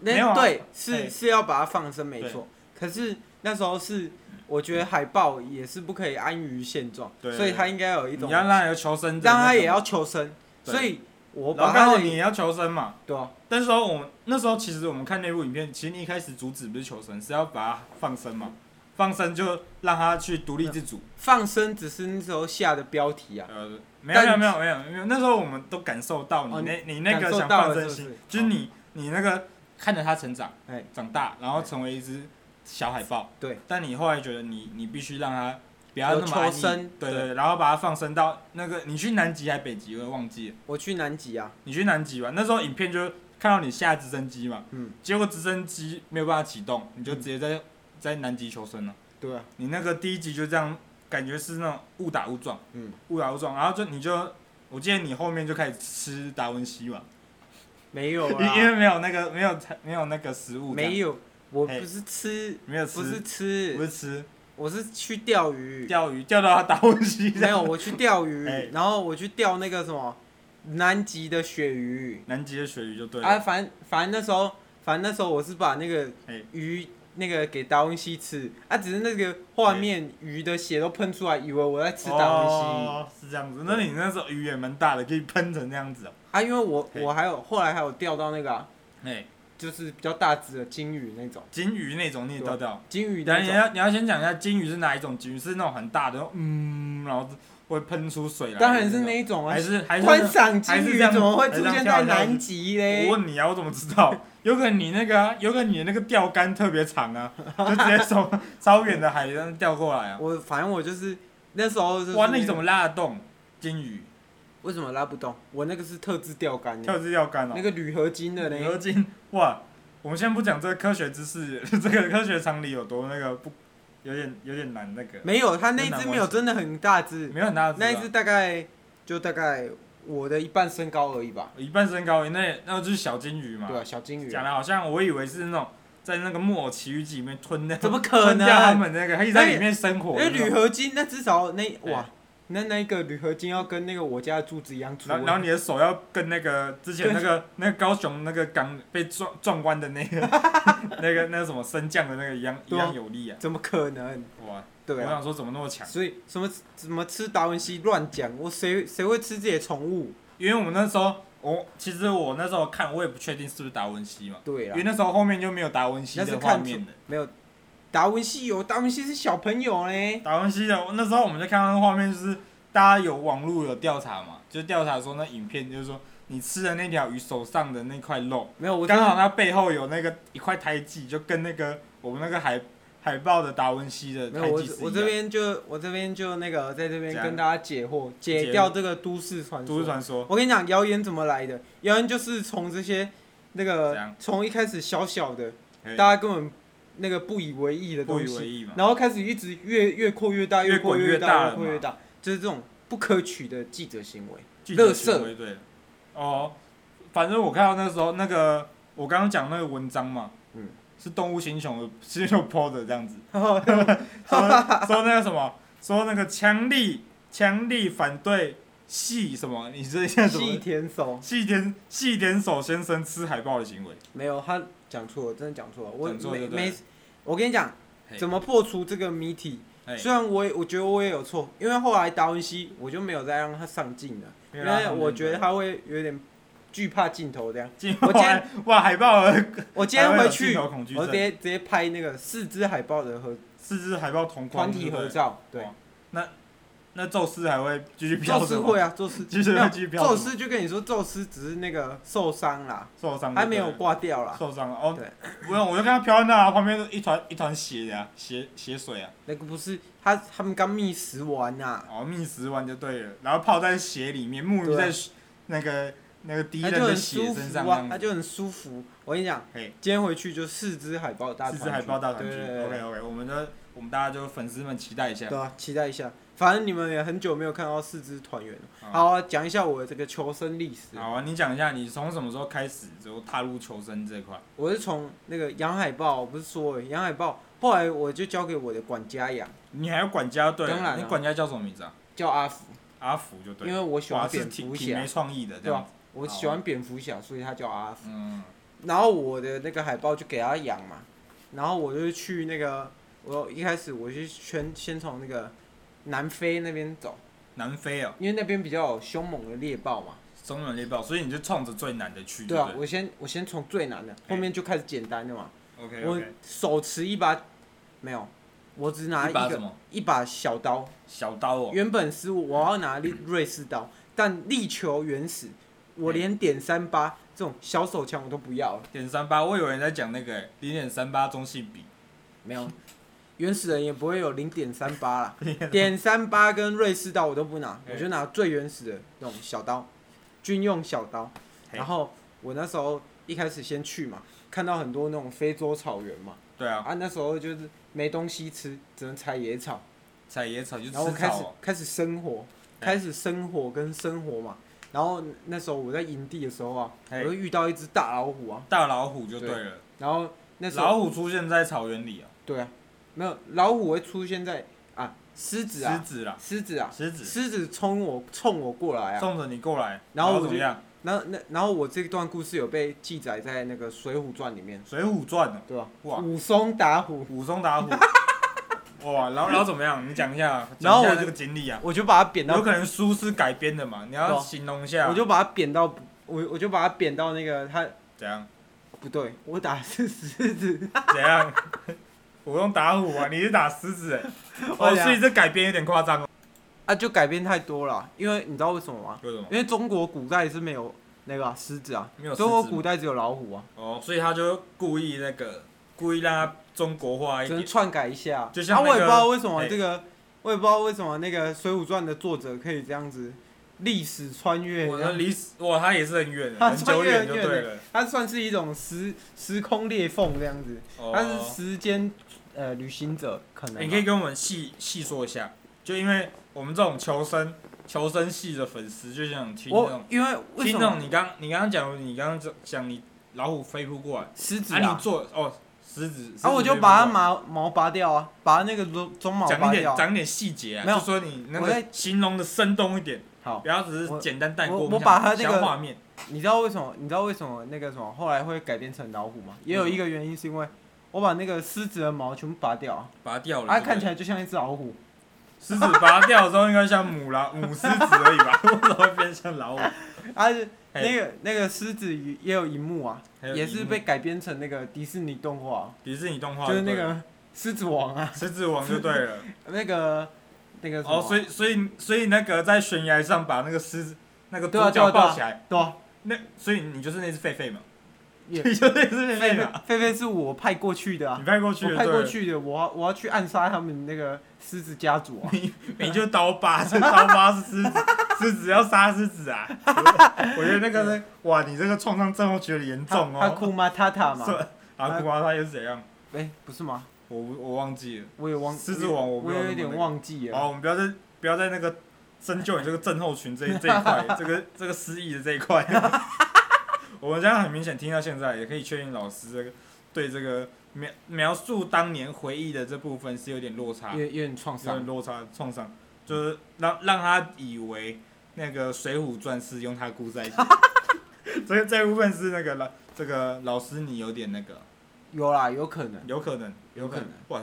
Speaker 2: 那
Speaker 1: 没有啊
Speaker 2: 对
Speaker 1: 嘿
Speaker 2: 是是要把它放生没
Speaker 1: 对
Speaker 2: 错，可是那时候是我觉得海豹也是不可以安于现状，
Speaker 1: 对
Speaker 2: 所以它应该有一
Speaker 1: 你
Speaker 2: 种
Speaker 1: 要让他有求生的那
Speaker 2: 让
Speaker 1: 种，
Speaker 2: 它也要求生，
Speaker 1: 对
Speaker 2: 所以我
Speaker 1: 然
Speaker 2: 把
Speaker 1: 后刚
Speaker 2: 它
Speaker 1: 好
Speaker 2: 的
Speaker 1: 你也要求生嘛。
Speaker 2: 对啊
Speaker 1: 但是说我们那时候其实我们看那部影片，其实你一开始主旨不是求生，是要把它放生嘛。放生就让他去独立自主。
Speaker 2: 放生只是那时候下的标题啊，
Speaker 1: 呃，没有没有没有没有没有，那时候我们都感受到你
Speaker 2: 哦
Speaker 1: 那你那
Speaker 2: 感
Speaker 1: 个
Speaker 2: 受
Speaker 1: 想
Speaker 2: 到
Speaker 1: 放
Speaker 2: 了
Speaker 1: 生
Speaker 2: 是不
Speaker 1: 心
Speaker 2: 是，
Speaker 1: 就是你你那个看着他成长
Speaker 2: 哎，
Speaker 1: 长大，然后成为一只小海豹。
Speaker 2: 对。
Speaker 1: 但你后来觉得你你必须让它不要那么
Speaker 2: 有
Speaker 1: 安
Speaker 2: 抽
Speaker 1: 逸
Speaker 2: 身
Speaker 1: 对
Speaker 2: 对
Speaker 1: 对，然后把它放生到那个你去南极还北极，我忘记了，
Speaker 2: 我去南极啊，
Speaker 1: 你去南极吧，那时候影片就看到你下直升机嘛，
Speaker 2: 嗯，
Speaker 1: 结果直升机没有办法启动，你就直接在在南极求生了。
Speaker 2: 对啊，
Speaker 1: 你那个第一集就这样，感觉是那种误打误撞，
Speaker 2: 嗯，
Speaker 1: 误打误撞，然后就你就，我记得你后面就开始吃达文西嘛，
Speaker 2: 没有
Speaker 1: 因 因
Speaker 2: 啊，
Speaker 1: 为没有那个没有没有那个食物这样，
Speaker 2: 没有，我
Speaker 1: 嘿
Speaker 2: 不是吃，
Speaker 1: 没有吃，
Speaker 2: 不是
Speaker 1: 不
Speaker 2: 吃，
Speaker 1: 是吃
Speaker 2: 我是去钓鱼，
Speaker 1: 钓鱼钓到达文西这
Speaker 2: 没
Speaker 1: 样，
Speaker 2: 有，我去钓鱼
Speaker 1: 哎，
Speaker 2: 然后我去钓那个什么南极的鳕鱼，
Speaker 1: 南极的鳕鱼就对了，
Speaker 2: 啊，反正反正那时候，反正那时候我是把那个
Speaker 1: 哎
Speaker 2: 鱼那个给达文西吃，啊，只是那个画面鱼的血都喷出来，以为我在吃达文西、
Speaker 1: 哦，是这样子，那你那时候鱼也蛮大的，可以喷成那样子哦，
Speaker 2: 啊，因为我
Speaker 1: 哎
Speaker 2: 我还有后来还有钓到那个啊、
Speaker 1: 哎，
Speaker 2: 就是比较大只的金鱼那种，
Speaker 1: 金鱼那种你也钓掉，
Speaker 2: 金鱼
Speaker 1: 等
Speaker 2: 那
Speaker 1: 一下你
Speaker 2: 种，
Speaker 1: 要你要先讲一下金鱼是哪一种金鱼，是那种很大的，嗯，然后会喷出水来的种，
Speaker 2: 当然是那一种啊
Speaker 1: 还。是还是
Speaker 2: 观赏金
Speaker 1: 还是
Speaker 2: 鱼
Speaker 1: 这样
Speaker 2: 怎么
Speaker 1: 还
Speaker 2: 会出
Speaker 1: 是这样
Speaker 2: 现
Speaker 1: 跳
Speaker 2: 在
Speaker 1: 来跳去
Speaker 2: 南极嘞
Speaker 1: 我？问你啊，我怎么知道？ 有可能你那个、啊，有可能你那个钓竿特别长 啊，就直接从超远的海上钓过来啊。
Speaker 2: 我反正我就是那时候就是
Speaker 1: 哇，那你怎么拉得动金鱼？
Speaker 2: 为什么拉不动？我那个是特制钓竿
Speaker 1: 跳
Speaker 2: 的，
Speaker 1: 是钓竿哦、
Speaker 2: 那个铝合金的
Speaker 1: 铝合
Speaker 2: 嘞。
Speaker 1: 金哇！我们先不讲这个科学知识，这个科学常理有多那个不，有点有点难那个，
Speaker 2: 没有，它那
Speaker 1: 那
Speaker 2: 只
Speaker 1: 哪
Speaker 2: 没有
Speaker 1: 玩
Speaker 2: 真的很大只，
Speaker 1: 没有很大的、
Speaker 2: 那一只，大概就大概我的一半身高而已吧。
Speaker 1: 一半身高，那那就是小金鱼嘛
Speaker 2: 对。啊，小金鱼
Speaker 1: 讲的好像我以为是那种在那个《木偶奇遇记》里面吞那
Speaker 2: 怎么可
Speaker 1: 吞
Speaker 2: 能
Speaker 1: 掉他们那个，还一直在里面生活的
Speaker 2: 因为
Speaker 1: 那种。
Speaker 2: 铝合金，那至少那
Speaker 1: 哎
Speaker 2: 哇，那那一个铝合金要跟那个我家的柱子一样粗啊
Speaker 1: 然。后，然后你的手要跟那个之前那个那个高雄那个港被撞撞弯的那 个那个那个什么升降的那个一样一
Speaker 2: 对啊
Speaker 1: 样有力啊！
Speaker 2: 怎么可能？
Speaker 1: 哇，
Speaker 2: 对
Speaker 1: 我
Speaker 2: 啊，
Speaker 1: 想说怎么那么强？
Speaker 2: 所以什么怎么吃达文西乱讲，我谁谁会吃自己的宠物？
Speaker 1: 因为我们那时候我其实我那时候看我也不确定是不是达文西嘛，
Speaker 2: 对
Speaker 1: 因
Speaker 2: 啊
Speaker 1: 为，那时候后面就没有达文西
Speaker 2: 那是
Speaker 1: 的画
Speaker 2: 看出
Speaker 1: 面了。
Speaker 2: 没有达文西有达文西是小朋友嘞，
Speaker 1: 达文西的那时候我们就看到那画面，就是大家有网络有调查嘛，就调查说那影片就是说你吃的那条鱼手上的那块肉。
Speaker 2: 没有我
Speaker 1: 刚好
Speaker 2: 真的
Speaker 1: 它背后有那个一块胎记，就跟那个我们那个海海豹的达文西的
Speaker 2: 没有
Speaker 1: 胎
Speaker 2: 我
Speaker 1: 记是一样。
Speaker 2: 我这边就我这边就那个在这边
Speaker 1: 这样
Speaker 2: 跟大家解惑，
Speaker 1: 解
Speaker 2: 解
Speaker 1: 惑
Speaker 2: 掉这个都市传
Speaker 1: 都
Speaker 2: 说
Speaker 1: 市。传说，
Speaker 2: 我跟你讲，谣言怎么来的？谣言就是从这些那
Speaker 1: 怎
Speaker 2: 个
Speaker 1: 样
Speaker 2: 从一开始小小的，
Speaker 1: 嘿
Speaker 2: 大家根本那个不以为意的
Speaker 1: 不
Speaker 2: 东
Speaker 1: 以为
Speaker 2: 西，
Speaker 1: 意嘛。
Speaker 2: 然后开始一直越越扩越大，
Speaker 1: 越
Speaker 2: 越扩
Speaker 1: 滚越大
Speaker 2: 大，
Speaker 1: 了
Speaker 2: 越扩越
Speaker 1: 嘛
Speaker 2: 大，就是这种不可取的记者行为。
Speaker 1: 记者
Speaker 2: 垃圾
Speaker 1: 行为对了。哦，反正我看到那时候那个我刚刚讲那个文章嘛，
Speaker 2: 嗯，哦
Speaker 1: 是动物星 球星球 PO 的这样 子，
Speaker 2: 对
Speaker 1: 说说那个什么，说那个强力强力反对系什么，你这 叫什
Speaker 2: 细
Speaker 1: 么？
Speaker 2: 田守
Speaker 1: 细田细田守先生吃海豹的行为，
Speaker 2: 没有，他讲错了，真的讲错了。我
Speaker 1: 讲错
Speaker 2: 没
Speaker 1: 就对了
Speaker 2: 没，我跟你讲，
Speaker 1: 嘿
Speaker 2: 怎么破除这个谜题？
Speaker 1: 哎，
Speaker 2: 虽然我也我觉得我也有错，因为后来达文西我就没有再让他上镜了，因
Speaker 1: 啊
Speaker 2: 为我觉得他会有点惧怕镜头这样。
Speaker 1: 进
Speaker 2: 我今天
Speaker 1: 哇海豹儿
Speaker 2: 我今天回
Speaker 1: 还会有镜
Speaker 2: 去，
Speaker 1: 头恐惧
Speaker 2: 我
Speaker 1: 症，
Speaker 2: 直接直接拍那个四只海豹的合
Speaker 1: 四只海豹同框
Speaker 2: 团体合
Speaker 1: 对不对
Speaker 2: 照，对
Speaker 1: 哇，那宙斯还会继 续飘
Speaker 2: 宙斯
Speaker 1: 着吗，
Speaker 2: 会啊，宙 斯
Speaker 1: 继续
Speaker 2: 没有
Speaker 1: 会继续飘着吗，
Speaker 2: 宙斯就跟你说，宙斯只是那个受伤啦，
Speaker 1: 受伤，
Speaker 2: 还没有挂掉啦，
Speaker 1: 受伤了哦
Speaker 2: 对，
Speaker 1: 不用，我就看他飘在那啊，旁边一团一团血啊，血血水啊，
Speaker 2: 那个不是他他们刚觅食完啊呐，
Speaker 1: 哦，觅食完就对了，然后泡在血里面，沐浴
Speaker 2: 对啊
Speaker 1: 在血那个那个敌
Speaker 2: 他
Speaker 1: 人
Speaker 2: 就
Speaker 1: 的
Speaker 2: 很
Speaker 1: 血
Speaker 2: 舒
Speaker 1: 身上
Speaker 2: 服
Speaker 1: 这
Speaker 2: 啊，
Speaker 1: 样
Speaker 2: 他
Speaker 1: 子，
Speaker 2: 就很舒服。我跟你讲，
Speaker 1: 嘿，
Speaker 2: 今天回去就四只海豹大
Speaker 1: 四
Speaker 2: 团聚，
Speaker 1: 只海豹大团聚
Speaker 2: 对对对
Speaker 1: ，OK OK，我们就我们大家就粉丝们期待一下
Speaker 2: 对，啊，期待一下。反正你们也很久没有看到四只团员了。
Speaker 1: 嗯
Speaker 2: 好啊，讲一下我的这个求生历史。
Speaker 1: 好啊，你讲一下你从什么时候开始就踏入求生这一块？
Speaker 2: 我是从那个养海豹，我不是说了养海豹，后来我就交给我的管家养，
Speaker 1: 你还有管家对了，
Speaker 2: 当然啊
Speaker 1: 你管家叫什么名字啊？
Speaker 2: 叫阿福，
Speaker 1: 阿福就对
Speaker 2: 因
Speaker 1: 了，
Speaker 2: 为我喜欢
Speaker 1: 哇是
Speaker 2: 蝙
Speaker 1: 挺
Speaker 2: 蝠
Speaker 1: 挺
Speaker 2: 侠
Speaker 1: 没，创意的哦这
Speaker 2: 对吧、啊
Speaker 1: 样子，
Speaker 2: 我
Speaker 1: 好
Speaker 2: 喜欢蝙蝠侠，所以他叫阿福。
Speaker 1: 嗯，
Speaker 2: 然后我的那个海豹就给他养嘛，然后我就去那个，我一开始我就先先从那个南非那边走，
Speaker 1: 南非哦，
Speaker 2: 因为那边比较有凶猛的猎豹嘛。
Speaker 1: 中原猎豹，所以你就冲着最难的去，嗯
Speaker 2: 对
Speaker 1: 对
Speaker 2: 啊
Speaker 1: 不，
Speaker 2: 我先我先从最难的，后面就开始简单的嘛。
Speaker 1: 哎对？OK
Speaker 2: 我
Speaker 1: OK，
Speaker 2: 手持一把，没有，我只拿
Speaker 1: 一
Speaker 2: 一
Speaker 1: 把什
Speaker 2: 个
Speaker 1: 么
Speaker 2: 一把小刀，
Speaker 1: 小刀哦，
Speaker 2: 原本是我要拿利瑞士刀，但力求原始，我连点三八这种小手枪我都不要了，
Speaker 1: 点三八，我以为你在讲那个欸零点三八中性比，
Speaker 2: 没有。原始人也不会有零点三八 啦，点三八跟瑞士刀我都不拿，
Speaker 1: 嘿
Speaker 2: 我就拿最原始的那种小刀，军用小刀。
Speaker 1: 嘿
Speaker 2: 然后我那时候一开始先去嘛，看到很多那种非洲草原嘛，
Speaker 1: 对啊，
Speaker 2: 啊那时候就是没东西吃，只能采野草。
Speaker 1: 采野草就吃
Speaker 2: 然后开
Speaker 1: 草
Speaker 2: 始
Speaker 1: 哦，
Speaker 2: 开始生活，
Speaker 1: 哎
Speaker 2: 开始生活跟生活嘛。然后那时候我在营地的时候啊，
Speaker 1: 哎
Speaker 2: 我就遇到一只大老虎啊。
Speaker 1: 大老虎就对了，
Speaker 2: 然后那时候
Speaker 1: 老虎出现在草原里啊，
Speaker 2: 对啊，没有老虎会出现在啊狮子
Speaker 1: 狮
Speaker 2: 啊
Speaker 1: 子啦，
Speaker 2: 狮子啊
Speaker 1: 狮子
Speaker 2: 狮子冲我冲我过来啊。
Speaker 1: 冲着你过来，
Speaker 2: 然后我
Speaker 1: 怎么
Speaker 2: 就
Speaker 1: 样？
Speaker 2: 然后那然后我这段故事有被记载在那个《水浒传》里面，
Speaker 1: 《水浒传》哦，
Speaker 2: 对吧？
Speaker 1: 哇
Speaker 2: 武松打虎，
Speaker 1: 武松 打虎，哇，然后然后怎么样？你讲一下，
Speaker 2: 然后
Speaker 1: 讲一下
Speaker 2: 我就
Speaker 1: 这个经历啊，
Speaker 2: 我就把它扁到
Speaker 1: 有可能书是改编的嘛，你
Speaker 2: 对
Speaker 1: 要
Speaker 2: 啊
Speaker 1: 形容一下，
Speaker 2: 我就把它扁到我我就把它扁到那个他
Speaker 1: 怎样
Speaker 2: 不对，我打的是狮子。
Speaker 1: 怎样。 武松打虎啊！你是打狮子、欸，
Speaker 2: 我
Speaker 1: 哦，
Speaker 2: 俩
Speaker 1: 所以这改编有点夸张哦。
Speaker 2: 啊，就改变太多了，因为你知道为什么吗？
Speaker 1: 为什么？
Speaker 2: 因为中国古代是没有那个啊狮、子啊，
Speaker 1: 没有狮子
Speaker 2: 中国古代只有老虎啊，
Speaker 1: 哦，所以他就故意那个，故意让他中国化一
Speaker 2: 只能
Speaker 1: 点。
Speaker 2: 篡改一下。
Speaker 1: 哎就像那个哎
Speaker 2: 啊，我也不知道为什么
Speaker 1: 嘿
Speaker 2: 这个，我也不知道为什么那个《水浒传》的作者可以这样子历史穿越
Speaker 1: 我
Speaker 2: 这
Speaker 1: 的
Speaker 2: 样，
Speaker 1: 离死哇，他也是很远的，
Speaker 2: 啊他
Speaker 1: 很
Speaker 2: 穿
Speaker 1: 久
Speaker 2: 越
Speaker 1: 远
Speaker 2: 很
Speaker 1: 就
Speaker 2: 远
Speaker 1: 对
Speaker 2: 的
Speaker 1: 了。
Speaker 2: 它算是一种时时空裂缝这样子，它是
Speaker 1: 哦，
Speaker 2: 时间呃旅行者可能啊、
Speaker 1: 你可以跟我们细细说一下，就因为我们这种求生求生系的粉丝就想听那
Speaker 2: 我
Speaker 1: 种
Speaker 2: 因为为
Speaker 1: 听
Speaker 2: 什
Speaker 1: 那种
Speaker 2: 么
Speaker 1: 你刚你刚刚讲你刚刚讲你老虎飞扑过来，
Speaker 2: 狮子
Speaker 1: 啊
Speaker 2: 啊
Speaker 1: 你？做哦狮子，
Speaker 2: 啊，我就把它
Speaker 1: 它
Speaker 2: 毛毛拔掉啊，把它那个鬃鬃毛
Speaker 1: 讲
Speaker 2: 拔
Speaker 1: 一点
Speaker 2: 掉啊。
Speaker 1: 讲一点细节啊，
Speaker 2: 没有
Speaker 1: 就说你那
Speaker 2: 我
Speaker 1: 个
Speaker 2: 在
Speaker 1: 形容的生动一点，
Speaker 2: 好，
Speaker 1: 不要只是
Speaker 2: 我
Speaker 1: 简单带过。
Speaker 2: 我
Speaker 1: 们
Speaker 2: 我
Speaker 1: 想
Speaker 2: 把它那
Speaker 1: 想
Speaker 2: 个
Speaker 1: 画面，
Speaker 2: 你知道为什么？你知道为什么那个什么后来会改编成老虎吗？也有一个原因是因为我把那个狮子的毛全部拔掉啊，
Speaker 1: 把它掉了。
Speaker 2: 它
Speaker 1: 对不对
Speaker 2: 看起来就像一只老虎。啊
Speaker 1: 狮子拔掉之后应该像母狼、 母狮子而已吧？为 什么会变成老虎？
Speaker 2: 啊，那
Speaker 1: 嘿
Speaker 2: 个那个狮子也有一幕啊，
Speaker 1: 还有
Speaker 2: 也
Speaker 1: 一
Speaker 2: 是
Speaker 1: 幕
Speaker 2: 被改编成那个迪士尼动画
Speaker 1: 迪士尼动
Speaker 2: 啊，
Speaker 1: 画，
Speaker 2: 就是那个狮子王啊，
Speaker 1: 狮子王就对 了。
Speaker 2: 那个那个什么
Speaker 1: 哦，
Speaker 2: 啊，
Speaker 1: 所以所以所以那个在悬崖上把那个狮子那个
Speaker 2: 对啊
Speaker 1: 左脚
Speaker 2: 对啊对啊
Speaker 1: 抱起来，
Speaker 2: 对啊，
Speaker 1: 那所以你就是那只狒狒嘛？ 你
Speaker 2: 也
Speaker 1: 就是那只狒
Speaker 2: 狒
Speaker 1: 狒
Speaker 2: 狒
Speaker 1: 嘛？
Speaker 2: 狒狒是我派过去的啊
Speaker 1: 你，拍过啊去
Speaker 2: 我
Speaker 1: 了，
Speaker 2: 派
Speaker 1: 对
Speaker 2: 过
Speaker 1: 了，
Speaker 2: 去的，我要我要去暗杀他们那个狮子家 族啊。
Speaker 1: 你就刀疤， 这刀疤是狮子，狮子要杀狮子 啊！我觉得那个是哇，你这个创伤症候觉得严重
Speaker 2: 他
Speaker 1: 哦。
Speaker 2: 库玛塔塔嘛，
Speaker 1: 是阿库阿他又是怎样？
Speaker 2: 哎，不是吗？
Speaker 1: 我我忘记了。
Speaker 2: 我也忘
Speaker 1: 狮子王我没
Speaker 2: 我
Speaker 1: 有
Speaker 2: 有
Speaker 1: 那么
Speaker 2: 一点
Speaker 1: 那个
Speaker 2: 忘记了。
Speaker 1: 好，我们不要再不要在那个深究你这个症候群这这一 块，这个这个失忆的这一块。 我们这样很明显听到现在，也可以确定老师这个对这个描描述当年回忆的这部分是有点落差，
Speaker 2: 有
Speaker 1: 有
Speaker 2: 有点创
Speaker 1: 点
Speaker 2: 伤。
Speaker 1: 落差创伤，就是让让他以为那个《水浒传》是用他故在写。 所以这部分是那个老这个老师你有点那个，
Speaker 2: 有啦，有可能。
Speaker 1: 有可能，有
Speaker 2: 有
Speaker 1: 可
Speaker 2: 可
Speaker 1: 能
Speaker 2: 能，
Speaker 1: 哇！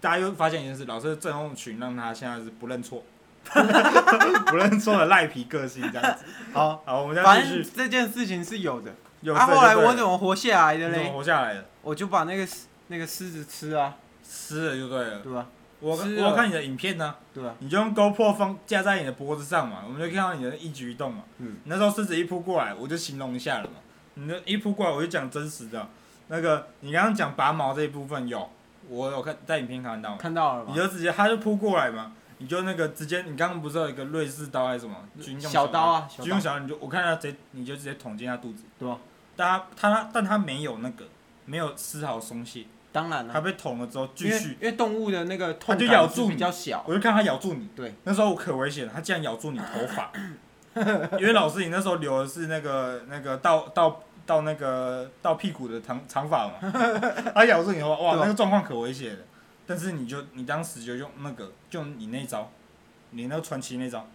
Speaker 1: 大家又发现一件事，老师的郑红群让他现在是不认 错，不认错的赖皮个性这样子。
Speaker 2: 好，
Speaker 1: 好，我们现在
Speaker 2: 反
Speaker 1: 继
Speaker 2: 正
Speaker 1: 续。
Speaker 2: 这件事情是有的。
Speaker 1: 有
Speaker 2: 啊，
Speaker 1: 这个
Speaker 2: 后来
Speaker 1: 对了
Speaker 2: 我怎么活下来的
Speaker 1: 你怎么
Speaker 2: 嘞？
Speaker 1: 活下来的？
Speaker 2: 我就把那个狮那个狮子吃啊，
Speaker 1: 吃了就对了。
Speaker 2: 对吧？
Speaker 1: 我
Speaker 2: 吃
Speaker 1: 我
Speaker 2: 了
Speaker 1: 看你的影片呢、
Speaker 2: 对啊吧？
Speaker 1: 你就用 GoPro 放架在你的脖子上嘛，我们就看到你的一举一动嘛。
Speaker 2: 嗯
Speaker 1: 你那时候狮子一扑过来，我就形容一下了嘛。你的一扑过来，我就讲真实的。那个你刚刚讲拔毛这一部分有，我有看在影片看到吗？
Speaker 2: 看到了
Speaker 1: 你
Speaker 2: 吗？
Speaker 1: 就直接他就扑过来嘛，你就那个直接，你刚刚不是有一个瑞士刀还是什么军用
Speaker 2: 小刀啊，小
Speaker 1: 军用
Speaker 2: 刀，
Speaker 1: 小刀，你就我看他直接你就直接捅进他肚子，
Speaker 2: 对吧？
Speaker 1: 但他他但他没有那个没有丝毫松懈，
Speaker 2: 当然
Speaker 1: 他
Speaker 2: 了，
Speaker 1: 被捅了之后
Speaker 2: 嗯因
Speaker 1: 继
Speaker 2: 为
Speaker 1: 续，
Speaker 2: 因为动物的那个
Speaker 1: 它
Speaker 2: 痛
Speaker 1: 就
Speaker 2: 感
Speaker 1: 咬住
Speaker 2: 是
Speaker 1: 你
Speaker 2: 比较小，
Speaker 1: 我就看他咬住你，
Speaker 2: 对，
Speaker 1: 那时候我可危险了，他竟然咬住你头发，因为老师你那时候留的是那个那个到到到那个到屁股的长长发嘛，他咬住你头发，哇，
Speaker 2: 对啊
Speaker 1: 那个状况可危险了，但是你就你当时就用那个就你那招，你那个传奇那招，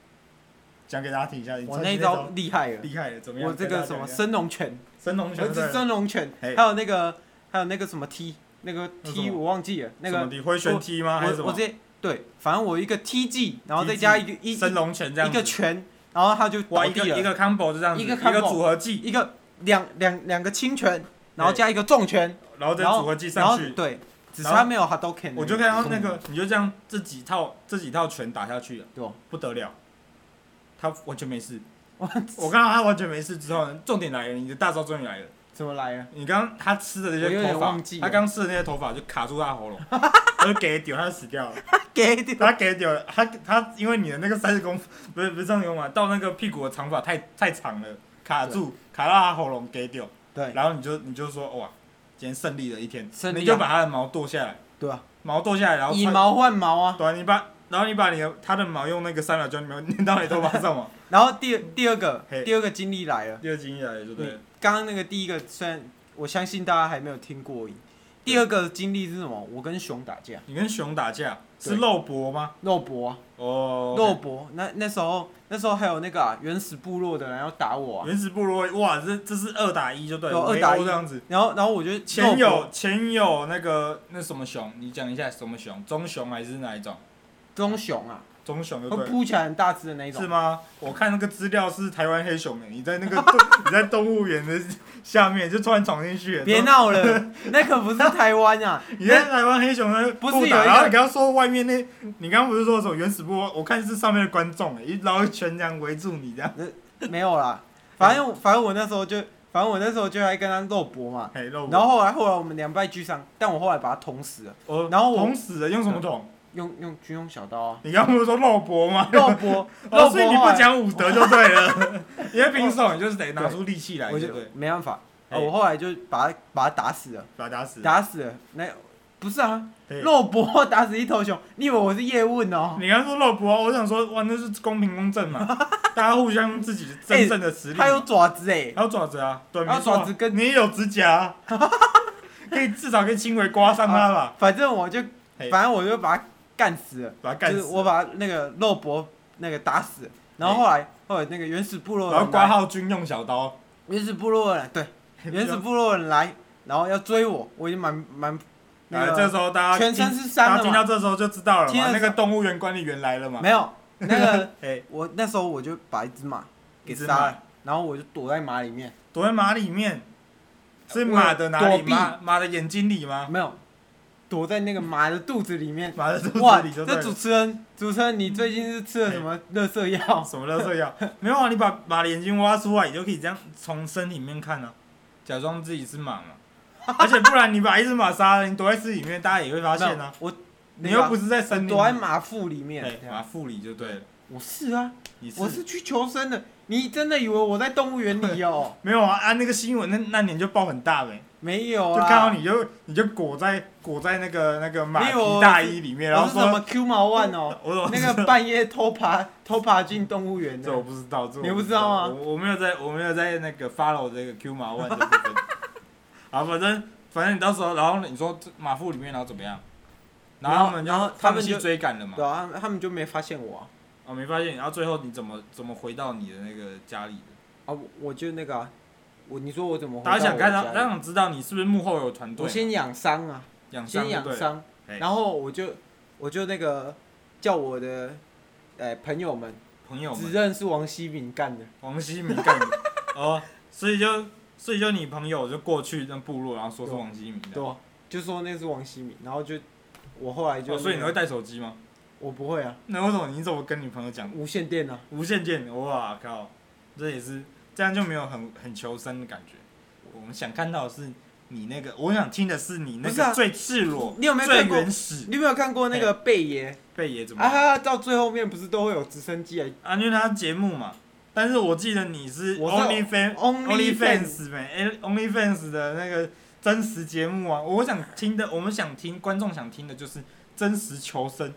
Speaker 1: 讲给大家听一下，你
Speaker 2: 我
Speaker 1: 传
Speaker 2: 那
Speaker 1: 奇
Speaker 2: 一
Speaker 1: 那
Speaker 2: 招厉害了，
Speaker 1: 厉害了，怎么样？
Speaker 2: 我这个什么
Speaker 1: 神
Speaker 2: 升龙拳，
Speaker 1: 神龙
Speaker 2: 我
Speaker 1: 拳
Speaker 2: 是升龙拳，
Speaker 1: 嘿
Speaker 2: 还有那个还有那个什么踢，那个
Speaker 1: 那什
Speaker 2: 踢
Speaker 1: 么
Speaker 2: 我忘记了，那个
Speaker 1: 你挥拳踢吗？还是什
Speaker 2: 我我
Speaker 1: 么
Speaker 2: 直？接对，反正我一个踢技，然后
Speaker 1: 踢
Speaker 2: 再
Speaker 1: 技
Speaker 2: 加一个一
Speaker 1: 神龙拳这样
Speaker 2: 一
Speaker 1: 子
Speaker 2: 个，拳，然后他就
Speaker 1: 哇，
Speaker 2: 倒
Speaker 1: 一
Speaker 2: 地
Speaker 1: 个
Speaker 2: 了，
Speaker 1: 一个 combo 就这样子，
Speaker 2: 一个
Speaker 1: 组
Speaker 2: combo
Speaker 1: 合技，
Speaker 2: 一个两两两个轻拳，然后加一个重拳，
Speaker 1: 然后再
Speaker 2: 然后
Speaker 1: 组合技
Speaker 2: 然
Speaker 1: 上
Speaker 2: 后
Speaker 1: 去，
Speaker 2: 对，只
Speaker 1: 然
Speaker 2: 是
Speaker 1: 后
Speaker 2: 他没有哈都 k
Speaker 1: 我就看到那个，你就这样这几套这几套拳打下去，
Speaker 2: 嗯对啊
Speaker 1: 不得了，他完全没事。我看到他完全没事之后呢，重点来了，你的大招终于来了。
Speaker 2: 怎么来啊？
Speaker 1: 你刚刚他吃的那
Speaker 2: 我有
Speaker 1: 些
Speaker 2: 点
Speaker 1: 头发
Speaker 2: 忘记，了
Speaker 1: 他刚吃的那些头发就卡住他的喉 咙，他就给丢，他就死掉了。
Speaker 2: 给点
Speaker 1: 他给丢了，他他因为你的那个三十公分不是不是三十公分嘛，到那个屁股的长发太太长了，卡住卡到他喉咙给丢，
Speaker 2: 对
Speaker 1: 然后你就你就说哇，今天胜利的一天，
Speaker 2: 胜利啊
Speaker 1: 你就把他的毛剁下来，
Speaker 2: 对啊，
Speaker 1: 毛剁下来，然后
Speaker 2: 以
Speaker 1: 穿
Speaker 2: 毛换毛啊。
Speaker 1: 对啊，你把，然后你把你的它的毛用那个三秒胶粘粘到你头发上 嘛。
Speaker 2: 然后第第二个
Speaker 1: 嘿
Speaker 2: 第二个经历来了，
Speaker 1: 第二经验来就对了，
Speaker 2: 刚刚那个第一个虽然我相信大家还没有听过瘾，第二个经历是什么？我跟熊打架，
Speaker 1: 你跟熊打架
Speaker 2: 对
Speaker 1: 是肉搏吗？
Speaker 2: 肉搏啊，
Speaker 1: 哦，
Speaker 2: 肉搏。那那时候那时候还有那个啊，原始部落的人要打我啊，
Speaker 1: 原始部落哇，这这是二打一就对了，
Speaker 2: 对哦二打一
Speaker 1: 围殴这样子。
Speaker 2: 然后然后我就
Speaker 1: 前
Speaker 2: 肉搏
Speaker 1: 有前有那个那什么熊，你讲一下什么熊？棕熊还是哪一种？
Speaker 2: 棕熊啊，
Speaker 1: 棕熊就
Speaker 2: 会
Speaker 1: 对了。
Speaker 2: 扑起来很大只的那一种
Speaker 1: 是。吗？我看那个资料是台湾黑熊诶，你在那个动 你在动物园的下面就突然闯进去了，
Speaker 2: 别闹了， 那可不是台湾啊！
Speaker 1: 你在台湾黑熊的
Speaker 2: 不是
Speaker 1: 布
Speaker 2: 有一
Speaker 1: 达，
Speaker 2: 个
Speaker 1: 然后你刚刚说外面那，你刚刚不是说什么原始部落？我看是上面的观众、欸，一绕一圈这样围住你这样，
Speaker 2: 没有啦，反正反正我那时候就，反正我那时候就还跟他肉搏嘛。
Speaker 1: 哎，肉。
Speaker 2: 然后后来后来我们两败俱伤，但我后来把他捅死了，
Speaker 1: 我
Speaker 2: 然后我
Speaker 1: 捅死了，用什么捅？
Speaker 2: 用用军用小刀啊。
Speaker 1: 你刚刚不是说肉搏吗？
Speaker 2: 肉搏，啊
Speaker 1: 哦，
Speaker 2: 肉
Speaker 1: 所以
Speaker 2: 搏
Speaker 1: 你
Speaker 2: 后
Speaker 1: 不
Speaker 2: 来
Speaker 1: 讲武德就对了， 因为平手你就是得拿出力气来，
Speaker 2: 我
Speaker 1: 对
Speaker 2: 就
Speaker 1: 不对？
Speaker 2: 没办法，啊
Speaker 1: 哎
Speaker 2: 我后来就把他把他打死了，
Speaker 1: 把他打死。
Speaker 2: 打死了。那不是啊，
Speaker 1: 嘿
Speaker 2: 肉搏打死一头熊，你以为我是叶问哦？
Speaker 1: 你刚刚说肉搏，啊我想说哇，那是公平公正 嘛，大家互相自己真正的实力嘛。
Speaker 2: 他有爪子哎，
Speaker 1: 还有爪子啊，对，
Speaker 2: 还有
Speaker 1: 没错啊
Speaker 2: 爪子跟
Speaker 1: 你也有指甲 啊，可以至少可以轻微刮伤它吧，
Speaker 2: 反正我就
Speaker 1: 嘿
Speaker 2: 反正我就把他干死了，
Speaker 1: 把它哎干
Speaker 2: 就是
Speaker 1: 死。
Speaker 2: 我把他那个肉搏那个打死了，然后后来后来那个原始部
Speaker 1: 哎
Speaker 2: 落
Speaker 1: 然后
Speaker 2: 人来
Speaker 1: 挂号哎军用小刀，
Speaker 2: 原始部落人对原始部落人来，然后要追我，我已经蛮蛮那
Speaker 1: 哎，这
Speaker 2: 个
Speaker 1: 时候大家
Speaker 2: 全身
Speaker 1: 听
Speaker 2: 是
Speaker 1: 大
Speaker 2: 伤
Speaker 1: 家
Speaker 2: 的
Speaker 1: 听到
Speaker 2: 嘛，
Speaker 1: 这时候就知道了
Speaker 2: 听
Speaker 1: 嘛，
Speaker 2: 了
Speaker 1: 那个动物园管理员来了嘛，
Speaker 2: 没有那个。
Speaker 1: 哎，
Speaker 2: 我那时候我就把一只马
Speaker 1: 一
Speaker 2: 给
Speaker 1: 只
Speaker 2: 杀
Speaker 1: 马
Speaker 2: 了，然后我就躲在马里面，
Speaker 1: 躲在马里面，是马的哪
Speaker 2: 我
Speaker 1: 里？
Speaker 2: 躲避
Speaker 1: 马马的眼睛里吗？
Speaker 2: 没有躲在那个马的肚子里面。
Speaker 1: 马的肚
Speaker 2: 哇，
Speaker 1: 子里就对
Speaker 2: 这主
Speaker 1: 了。
Speaker 2: 持人，主持人，你最近是吃了什么热色药？
Speaker 1: 什么垃圾药？ 没有啊，你把马的眼睛挖出来，你就可以这样从身里面看啊，假装自己是马 嘛。而且不然你把一只马杀了，你躲在屎里面，大家也会发现
Speaker 2: 没有
Speaker 1: 啊。
Speaker 2: 我
Speaker 1: 你又不
Speaker 2: 是
Speaker 1: 是在森林里，
Speaker 2: 躲在马腹里
Speaker 1: 哎
Speaker 2: 面。这
Speaker 1: 马
Speaker 2: 样
Speaker 1: 腹里就对了。
Speaker 2: 我是啊，
Speaker 1: 你是
Speaker 2: 我是去求生的。你真的以为我在动物园里哦？
Speaker 1: 没有啊啊！那个新闻那那年就爆很大呗。
Speaker 2: 没有
Speaker 1: 就
Speaker 2: 啊，
Speaker 1: 看到你就你就裹在裹在那个那个马
Speaker 2: 没有
Speaker 1: 皮大衣里面，然
Speaker 2: 我
Speaker 1: 后
Speaker 2: 是什么
Speaker 1: 说，
Speaker 2: Q 毛万哦？
Speaker 1: 我我
Speaker 2: 那个半夜偷爬偷爬进动物园
Speaker 1: 这
Speaker 2: 的
Speaker 1: 我，不知道，这我
Speaker 2: 你不
Speaker 1: 知
Speaker 2: 知道吗
Speaker 1: 我我没有在我没有在那个 follow 这个 Q 马万的部分。 好，反正反正你到时候，然后你说这马腹里面，然后怎么样？然后他们就
Speaker 2: 然后
Speaker 1: 他
Speaker 2: 他
Speaker 1: 们
Speaker 2: 们就
Speaker 1: 去追赶了嘛
Speaker 2: 对？啊，他们他们就没发现我啊。
Speaker 1: 哦，没发现。然后最后你怎么怎么回到你的那个家里的？
Speaker 2: 啊，我我就那个啊，我你说我怎么回到
Speaker 1: 大
Speaker 2: 我
Speaker 1: 家想看到，
Speaker 2: 家里
Speaker 1: 大家想知道你是不是幕后有团队
Speaker 2: 我？先养伤啊，
Speaker 1: 养伤
Speaker 2: 先
Speaker 1: 就
Speaker 2: 养
Speaker 1: 对了，
Speaker 2: 伤，
Speaker 1: 嘿
Speaker 2: 然后我就我就那个叫我的哎、朋友们
Speaker 1: 朋友
Speaker 2: 指
Speaker 1: 们，
Speaker 2: 认是王希敏干的，
Speaker 1: 王希明干的 哦，所以就所以就你朋友就过去那部落，然后说是
Speaker 2: 对
Speaker 1: 王希明的
Speaker 2: 对。吧？就说那是王希敏，然后就我后来就、
Speaker 1: 哦，所以你会带手机吗？
Speaker 2: 我不会啊，
Speaker 1: 那为什么你怎么跟你朋友讲？
Speaker 2: 无线电啊，
Speaker 1: 无限剑，哇靠，这也是这样就没有很很求生的感觉。我们想看到的是你那个，我想听的是你那
Speaker 2: 不是
Speaker 1: 个
Speaker 2: 啊
Speaker 1: 最赤裸、
Speaker 2: 你有没有
Speaker 1: 最
Speaker 2: 看过
Speaker 1: 原始
Speaker 2: 你有没有看过那个贝爷
Speaker 1: 贝爷嗯怎么
Speaker 2: 啊？
Speaker 1: 样
Speaker 2: 他到最后面不是都会有直升机来
Speaker 1: 啊？因为他节目嘛，但是我记得你是
Speaker 2: 我是
Speaker 1: Only Fan 哎 Only
Speaker 2: OnlyFans
Speaker 1: Fans 没哎 Only Fans 的那个真实节目啊。我想听的，我们想听观众想听的就是真实求生，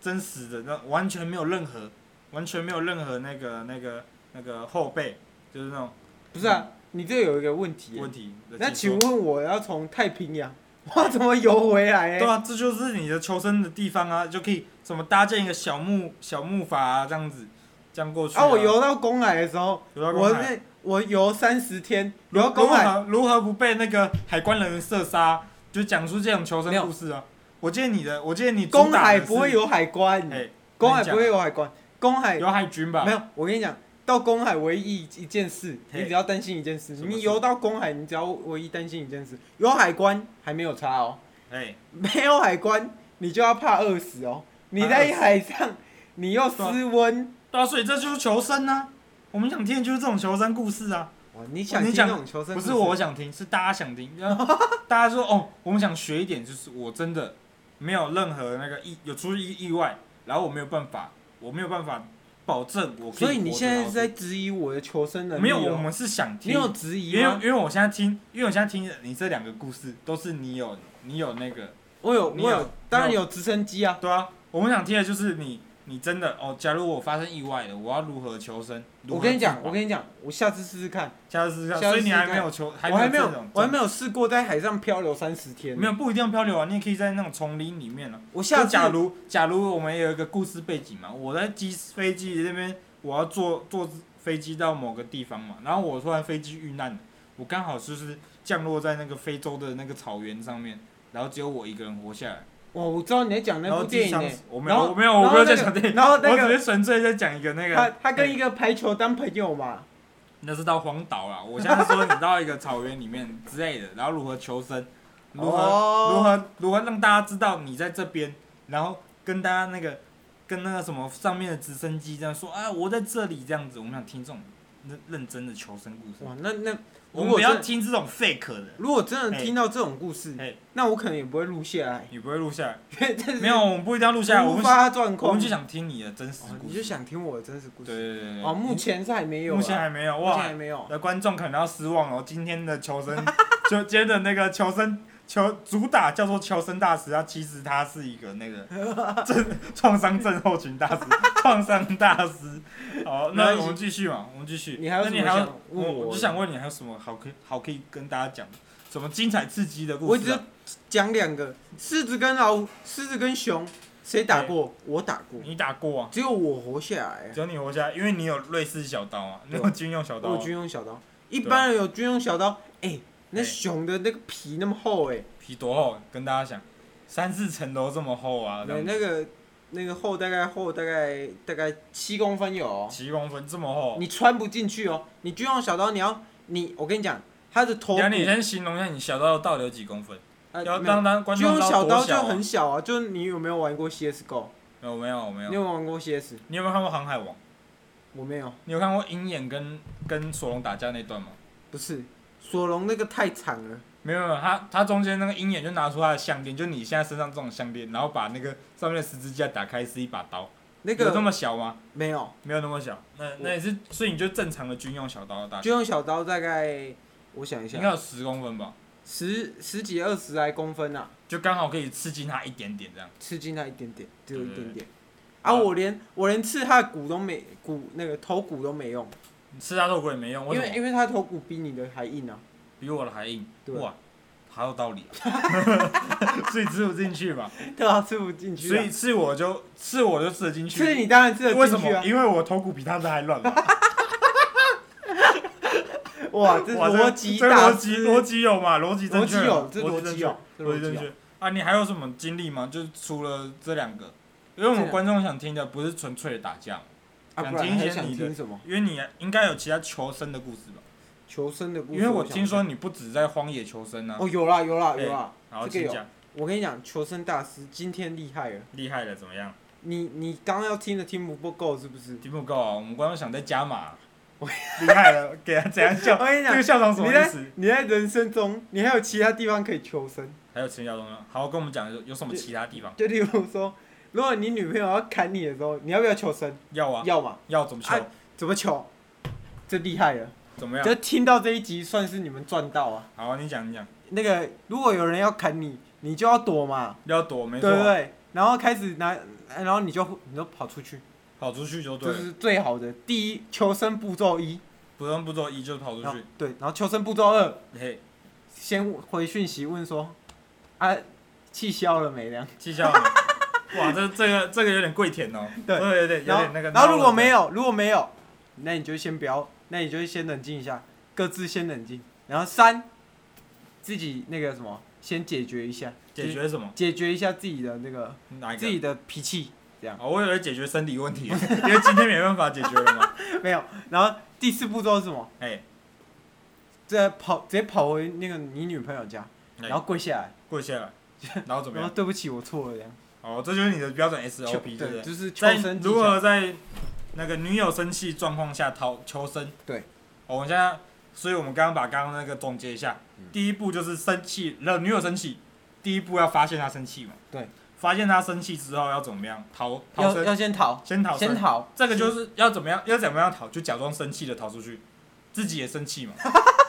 Speaker 1: 真实的那完全没有任何完全没有任何那个那个那个后背，就是那种
Speaker 2: 不是啊？你这有一个问题耶、欸
Speaker 1: 问题的
Speaker 2: 那
Speaker 1: 解
Speaker 2: 请
Speaker 1: 说。
Speaker 2: 问我要从太平洋， 我要怎么游回来、欸？
Speaker 1: 对啊，这就是你的求生的地方啊，就可以什么搭建一个小木小木筏啊，这样子，这样过去
Speaker 2: 啊，我游到公海的时候，
Speaker 1: 游到公
Speaker 2: 我
Speaker 1: 海，
Speaker 2: 那我游三十天，
Speaker 1: 如
Speaker 2: 游到
Speaker 1: 如
Speaker 2: 公海，
Speaker 1: 何如何不被那个海关人员射杀，就讲出这种求
Speaker 2: 没
Speaker 1: 生
Speaker 2: 有
Speaker 1: 故事啊。我记得你的，我记得你主
Speaker 2: 公
Speaker 1: 打
Speaker 2: 海
Speaker 1: 的是
Speaker 2: 不会，有海关，
Speaker 1: 哎，
Speaker 2: 公海不会
Speaker 1: 有
Speaker 2: 有海关，公海
Speaker 1: 有海军吧？
Speaker 2: 没有。我跟你讲，到公海唯一一件事，
Speaker 1: 嘿
Speaker 2: 你只要担心一件事，
Speaker 1: 什么事
Speaker 2: 你游到公海，你只要唯一担心一件事，有海关还没有差哦，
Speaker 1: 哎，
Speaker 2: 没有海关，你就要怕饿死哦。你在海上，你又失温，
Speaker 1: 对啊，所以这就是求生啊。我们想听的就是这种求生故事啊，
Speaker 2: 哇，你想听
Speaker 1: 你讲
Speaker 2: 那种求生
Speaker 1: 不
Speaker 2: 故事？
Speaker 1: 是我想听，是大家想 听。然后大家说哦，我们想学一点，就是我真的没有任何那个意有出意意外，然后我没有办法，我没有办法保证我可
Speaker 2: 所以
Speaker 1: 活
Speaker 2: 你
Speaker 1: 着
Speaker 2: 现在
Speaker 1: 到
Speaker 2: 是在质疑我的求生能力、
Speaker 1: 没有？
Speaker 2: 哦？
Speaker 1: 我们是想
Speaker 2: 你
Speaker 1: 听，
Speaker 2: 有质疑
Speaker 1: 因为
Speaker 2: 吗
Speaker 1: 因？为我现在听，因为我现在听你这两个故事都是你有你有那个
Speaker 2: 我有，
Speaker 1: 你
Speaker 2: 我
Speaker 1: 有
Speaker 2: 有，当然有直升机啊。
Speaker 1: 对啊，我们想听的就是你你真的哦，假如我发生意外了，我要如何求生？
Speaker 2: 我跟你讲，我
Speaker 1: 你
Speaker 2: 跟你讲，我下次试试看。
Speaker 1: 下次下，
Speaker 2: 下次
Speaker 1: 所以你还
Speaker 2: 试试看
Speaker 1: 没有求，还
Speaker 2: 我还没
Speaker 1: 没有这
Speaker 2: 有
Speaker 1: 种，
Speaker 2: 我还没有试过在海上漂流三十天。
Speaker 1: 没有，不一定要漂流啊，你也可以在那种丛林里面啊。
Speaker 2: 我下
Speaker 1: 就
Speaker 2: 次
Speaker 1: 假如假如我们有一个故事背景嘛，我在机飞机那边，我要坐坐飞机到某个地方嘛，然后我突然飞机遇难了，我刚好就是降落在那个非洲的那个草原上面，然后只有我一个人活下来，
Speaker 2: 哇，我知道你在讲
Speaker 1: 然
Speaker 2: 那
Speaker 1: 后
Speaker 2: 部
Speaker 1: 自己
Speaker 2: 电影
Speaker 1: 想
Speaker 2: 呢
Speaker 1: 死。我没有
Speaker 2: 然后
Speaker 1: 我没有我没有在
Speaker 2: 然
Speaker 1: 讲
Speaker 2: 后那个
Speaker 1: 电影，
Speaker 2: 然后那
Speaker 1: 我只
Speaker 2: 个
Speaker 1: 是纯粹在讲一个那个，
Speaker 2: 他他跟
Speaker 1: 嗯
Speaker 2: 一个排球当朋友嘛，
Speaker 1: 那是到荒岛啦，我现在说你到一个草原里面之类的，然后如何求生， 如何、
Speaker 2: 哦
Speaker 1: 如何如何让大家知道你在这边，然后跟大家那个跟那个什么上面的直升机这样说啊，我在这里这样子，我们想听这种认认真的求生故事，
Speaker 2: 哇，那那
Speaker 1: 我
Speaker 2: 如
Speaker 1: 们
Speaker 2: 果
Speaker 1: 不要
Speaker 2: 真
Speaker 1: 听这种 fake 的，
Speaker 2: 如果真的
Speaker 1: 哎
Speaker 2: 听到这种故事
Speaker 1: 哎，
Speaker 2: 那我可能也不会录下来，
Speaker 1: 你不会录下来，
Speaker 2: 因为这 是
Speaker 1: 没有，我们不一定要录下来，我
Speaker 2: 突
Speaker 1: 们
Speaker 2: 发状
Speaker 1: 我
Speaker 2: 况
Speaker 1: 们就。想听你的真实
Speaker 2: 哦
Speaker 1: 故
Speaker 2: 你
Speaker 1: 事，
Speaker 2: 就想听我的真实故
Speaker 1: 对
Speaker 2: 事？
Speaker 1: 对对对，
Speaker 2: 哦，目前是还没有啊，
Speaker 1: 目前还没有
Speaker 2: 目前
Speaker 1: 哇，
Speaker 2: 还没有。
Speaker 1: 那观众可能要失望哦，今天的求生， 就今天的那个求生求主打叫做求生大师，他其实他是一个那个 症创伤症候群大师， 创伤大师。好，
Speaker 2: 没关
Speaker 1: 那
Speaker 2: 系
Speaker 1: 我们继续嘛，我们继续。
Speaker 2: 你还有
Speaker 1: 那
Speaker 2: 什
Speaker 1: 你
Speaker 2: 么
Speaker 1: 还
Speaker 2: 想
Speaker 1: 有
Speaker 2: 问
Speaker 1: 我，
Speaker 2: 我
Speaker 1: 我就
Speaker 2: 的
Speaker 1: 想问你还有什么好可以好可以跟大家讲，什么精彩刺激的故
Speaker 2: 我
Speaker 1: 事、
Speaker 2: 只
Speaker 1: 啊？
Speaker 2: 讲两个，狮子跟老虎，狮子跟熊，谁打过？我打过，
Speaker 1: 你打过啊？
Speaker 2: 只有我活下来啊。
Speaker 1: 只有你活下来，因为你有瑞士小刀啊，你
Speaker 2: 对
Speaker 1: 有军用小刀、
Speaker 2: 我
Speaker 1: 啊
Speaker 2: 有，军用小刀，一般人有军用小刀，哎，那
Speaker 1: 哎
Speaker 2: 熊的那个皮那么厚，哎，
Speaker 1: 皮多厚？跟大家讲，三四层楼这么厚啊，这
Speaker 2: 对，
Speaker 1: 样
Speaker 2: 那个那个厚大概厚大概大概七公分有哦，
Speaker 1: 七公分这么厚。
Speaker 2: 你穿不进去哦。你军用小刀，你要你，我跟你讲，它的
Speaker 1: 等
Speaker 2: 头骨
Speaker 1: 一下你先形容一下你小刀到底有几公分？
Speaker 2: 呃
Speaker 1: 要
Speaker 2: 没有
Speaker 1: 当当观
Speaker 2: 军
Speaker 1: 众
Speaker 2: 用
Speaker 1: 知道
Speaker 2: 小
Speaker 1: 多
Speaker 2: 刀就
Speaker 1: 小啊
Speaker 2: 很小啊，就是你有没有玩过 CS:GO？
Speaker 1: 没有没有没
Speaker 2: 你
Speaker 1: 有
Speaker 2: 有没，有玩过 CS？
Speaker 1: 你有没有看过《航海王》？
Speaker 2: 我没有，
Speaker 1: 你有看过鹰眼跟跟索隆打架那段吗？
Speaker 2: 不是索隆那个太惨了，
Speaker 1: 没有没有，他他中间那个鹰眼就拿出他的项链，就你现在身上这种项链，然后把那个上面的十字架打开是一把刀，
Speaker 2: 那
Speaker 1: 有这
Speaker 2: 个
Speaker 1: 么小吗？
Speaker 2: 没有
Speaker 1: 没有那么小，那那也是，所以你就正常的军用小刀的大小，
Speaker 2: 军用小刀大概我想一
Speaker 1: 应该
Speaker 2: 下，
Speaker 1: 有十公分吧，
Speaker 2: 十十几二十来公分啊，
Speaker 1: 就刚好可以刺激他一点点这样。
Speaker 2: 吃进它一点点，只有一点点。
Speaker 1: 对
Speaker 2: 啊！我连我连刺它的骨都没骨那个头骨都没用，
Speaker 1: 你刺他头骨也没用，
Speaker 2: 因
Speaker 1: 什
Speaker 2: 为
Speaker 1: 么
Speaker 2: 因为它头骨比你的还 硬啊。
Speaker 1: 比我的还硬，
Speaker 2: 对
Speaker 1: 哇，好有道理、啊， 所以吃不进去嘛。
Speaker 2: 对啊，吃不进去、啊。
Speaker 1: 所以刺我就刺我就吃得进去，
Speaker 2: 吃你当然吃得
Speaker 1: 为什
Speaker 2: 进去
Speaker 1: 么？
Speaker 2: 啊！
Speaker 1: 因为我头骨比他的还软嘛。
Speaker 2: 啊 哇， 这
Speaker 1: 哇
Speaker 2: 逻辑
Speaker 1: 这
Speaker 2: 大
Speaker 1: 逻辑
Speaker 2: 师，
Speaker 1: 逻辑有嘛？逻辑
Speaker 2: 逻
Speaker 1: 正确
Speaker 2: 辑有
Speaker 1: 啊，，
Speaker 2: 这
Speaker 1: 逻
Speaker 2: 逻
Speaker 1: 辑正
Speaker 2: 辑
Speaker 1: 确
Speaker 2: 有，，这
Speaker 1: 逻
Speaker 2: 逻
Speaker 1: 辑正
Speaker 2: 辑有。
Speaker 1: 确啊！你还有什么经历吗？就是除了这两个，因为我们
Speaker 2: 这两
Speaker 1: 观众想听的不是纯粹的打架嘛，
Speaker 2: 啊，
Speaker 1: 想
Speaker 2: 不然
Speaker 1: 听一
Speaker 2: 还
Speaker 1: 些
Speaker 2: 想
Speaker 1: 你的
Speaker 2: 听什么？
Speaker 1: 因为你应该有其他求生的故事吧？
Speaker 2: 求生的故事。
Speaker 1: 因为我
Speaker 2: 想
Speaker 1: 听说你不止在荒野求生啊
Speaker 2: 想，哦，有啦有啦
Speaker 1: 哎
Speaker 2: 有啦！
Speaker 1: 然后
Speaker 2: 这
Speaker 1: 请
Speaker 2: 个有
Speaker 1: 讲
Speaker 2: 我跟你讲，求生大师今天厉害了。
Speaker 1: 厉害了怎么样？
Speaker 2: 你你刚刚要听的听不够是不是？
Speaker 1: 题目够啊，我们观众想再加码， 厉害了，给他怎样笑？
Speaker 2: 我跟
Speaker 1: 这
Speaker 2: 你讲
Speaker 1: 个，笑场什么
Speaker 2: 你
Speaker 1: 意
Speaker 2: 在
Speaker 1: 思？
Speaker 2: 你在人生中，你还有其他地方可以求生，
Speaker 1: 还有其他东西吗，好，跟我们讲有有什么其他地方
Speaker 2: 就例如说，如果你女朋友要砍你的时候，你要不要求生？
Speaker 1: 要啊？
Speaker 2: 要嘛？
Speaker 1: 要怎么
Speaker 2: 啊
Speaker 1: 求？
Speaker 2: 怎么求？这厉害了！
Speaker 1: 怎么样？
Speaker 2: 就听到这一集，算是你们赚到啊。
Speaker 1: 好，你讲你讲，
Speaker 2: 那个如果有人要砍你，你就要躲嘛，
Speaker 1: 要躲没
Speaker 2: 对
Speaker 1: 错
Speaker 2: 不
Speaker 1: 啊，
Speaker 2: 对？然后开始拿，然后你就你就跑出去，
Speaker 1: 跑出去就对
Speaker 2: 这
Speaker 1: 了，
Speaker 2: 是最好的第一求生步骤一。
Speaker 1: 不用步骤一就跑出
Speaker 2: 然后
Speaker 1: 去，
Speaker 2: 对，然后求生步骤二，
Speaker 1: 嘿，
Speaker 2: 先回讯息问说，啊，气消了没？这样。
Speaker 1: 气 消了没。哇，这这个这个有点跪舔哦，
Speaker 2: 对
Speaker 1: 这个有点有
Speaker 2: 然
Speaker 1: 点
Speaker 2: 后
Speaker 1: 那个。
Speaker 2: 然后如果没，有，如果没有，那你就先不要，那你就先冷静一下，各自先冷静。然后三，自己那个什么，先解决一下，
Speaker 1: 解决什么？
Speaker 2: 解决一下自己的那个
Speaker 1: 哪一
Speaker 2: 自
Speaker 1: 个？
Speaker 2: 己的脾气，这样
Speaker 1: 哦，我以为解决生理问题，因 为今天没办法解决了嘛。
Speaker 2: 没有。然后第四步骤是什么？
Speaker 1: 哎，
Speaker 2: 这跑直接跑回那个你女朋友家，
Speaker 1: 哎
Speaker 2: 然后跪下来，
Speaker 1: 跪下来，然后怎么
Speaker 2: 然后
Speaker 1: 样？
Speaker 2: 对不起，我错了这样。
Speaker 1: 哦，这就是你的标准 SOP，对不对？
Speaker 2: 对，就是求
Speaker 1: 在
Speaker 2: 生技
Speaker 1: 如
Speaker 2: 巧。
Speaker 1: 何在那个女友生气状况下逃求生？
Speaker 2: 对
Speaker 1: 哦，我们现在，所以我们刚刚把刚刚那个总结一下，
Speaker 2: 嗯
Speaker 1: 第一步就是生气，惹女友生气，第一步要发现她生气嘛。
Speaker 2: 对，
Speaker 1: 发现她生气之后要怎么样逃逃
Speaker 2: 要
Speaker 1: 生？
Speaker 2: 要先逃，
Speaker 1: 先逃
Speaker 2: 先
Speaker 1: 生，
Speaker 2: 逃。
Speaker 1: 这个就是要怎么样，要怎么样逃，就假装生气的逃出去，自己也生 气嘛，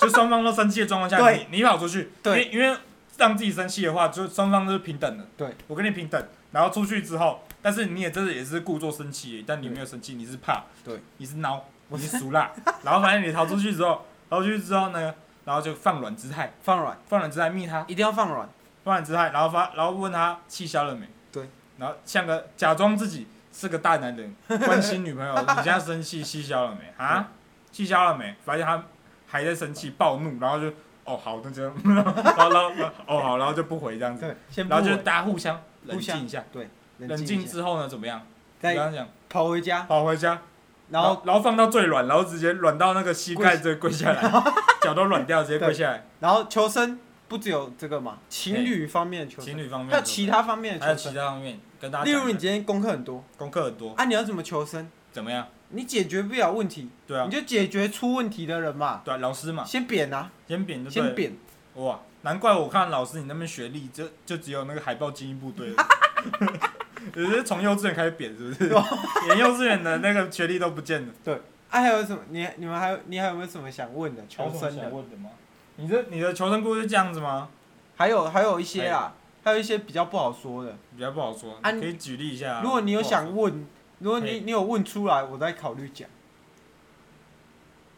Speaker 1: 就双方都生气的状况下，
Speaker 2: 对
Speaker 1: 你你跑出去，
Speaker 2: 对
Speaker 1: 因为因为让自己生气的话，就双方都是平等的，
Speaker 2: 对，
Speaker 1: 我跟你平等，然后出去之后，但是你也真的也是故作生气，但你没有生气，你是怕，
Speaker 2: 对，
Speaker 1: 你是孬，你是俗辣，然后反正你逃出去之后，逃出去之后呢，然后就放软姿态，
Speaker 2: 放软，
Speaker 1: 放软姿态密他，
Speaker 2: 一定要放软。
Speaker 1: 放软姿态，然后发，然后问他气消了没？
Speaker 2: 对，
Speaker 1: 然后像个假装自己是个大男人，关心女朋 友，你现在生气气消了没？啊，气消了没？发现他还在生气暴怒，然后就哦好，那就 然后然后然后哦好，然后就不回这样子，
Speaker 2: 对，先不
Speaker 1: 然后就
Speaker 2: 稳
Speaker 1: 大家互相冷
Speaker 2: 互相
Speaker 1: 静一下，冷
Speaker 2: 冷静
Speaker 1: 静
Speaker 2: 一下，
Speaker 1: 之后呢怎么样？你
Speaker 2: 再
Speaker 1: 刚讲
Speaker 2: 跑回家，
Speaker 1: 跑回家，
Speaker 2: 然后
Speaker 1: 然后放到最软，然后直接软到那个膝盖直接跪下来， 脚都软掉，直接跪下来。
Speaker 2: 然后求生不只有这个嘛，情侣方面的求
Speaker 1: 情
Speaker 2: 生，
Speaker 1: 侣方面
Speaker 2: 还有其他方面
Speaker 1: 还有
Speaker 2: 的求
Speaker 1: 其
Speaker 2: 生。
Speaker 1: 他方面跟大家
Speaker 2: 例
Speaker 1: 讲
Speaker 2: 如
Speaker 1: 一
Speaker 2: 你
Speaker 1: 下，
Speaker 2: 今天功课很多
Speaker 1: 功课很多
Speaker 2: 啊，你要怎么求生？
Speaker 1: 怎么样？
Speaker 2: 你解决不了问题，
Speaker 1: 对啊
Speaker 2: 你，就解决出问题的人嘛，
Speaker 1: 对啊，老师嘛，
Speaker 2: 先扁啊，
Speaker 1: 先扁就对了
Speaker 2: 先扁，
Speaker 1: 哇，难怪我看老师你那边学历就就只有那个海豹精英部队 了，只是从幼稚园开始扁是不
Speaker 2: 哦
Speaker 1: 是？ 连幼稚园的那个学历都不见了。
Speaker 2: 啊，还有什么？你你们还有你还有没有什么想问的求生的？
Speaker 1: 问的吗？你这你的求生故事是这样子吗？
Speaker 2: 还有还有一些啊，还有一些比较不好说的。
Speaker 1: 比较不好说，
Speaker 2: 啊
Speaker 1: 你可以举例一下啊。
Speaker 2: 如果你有想问，如果
Speaker 1: 嘿
Speaker 2: 你你有问出来，我再考虑讲。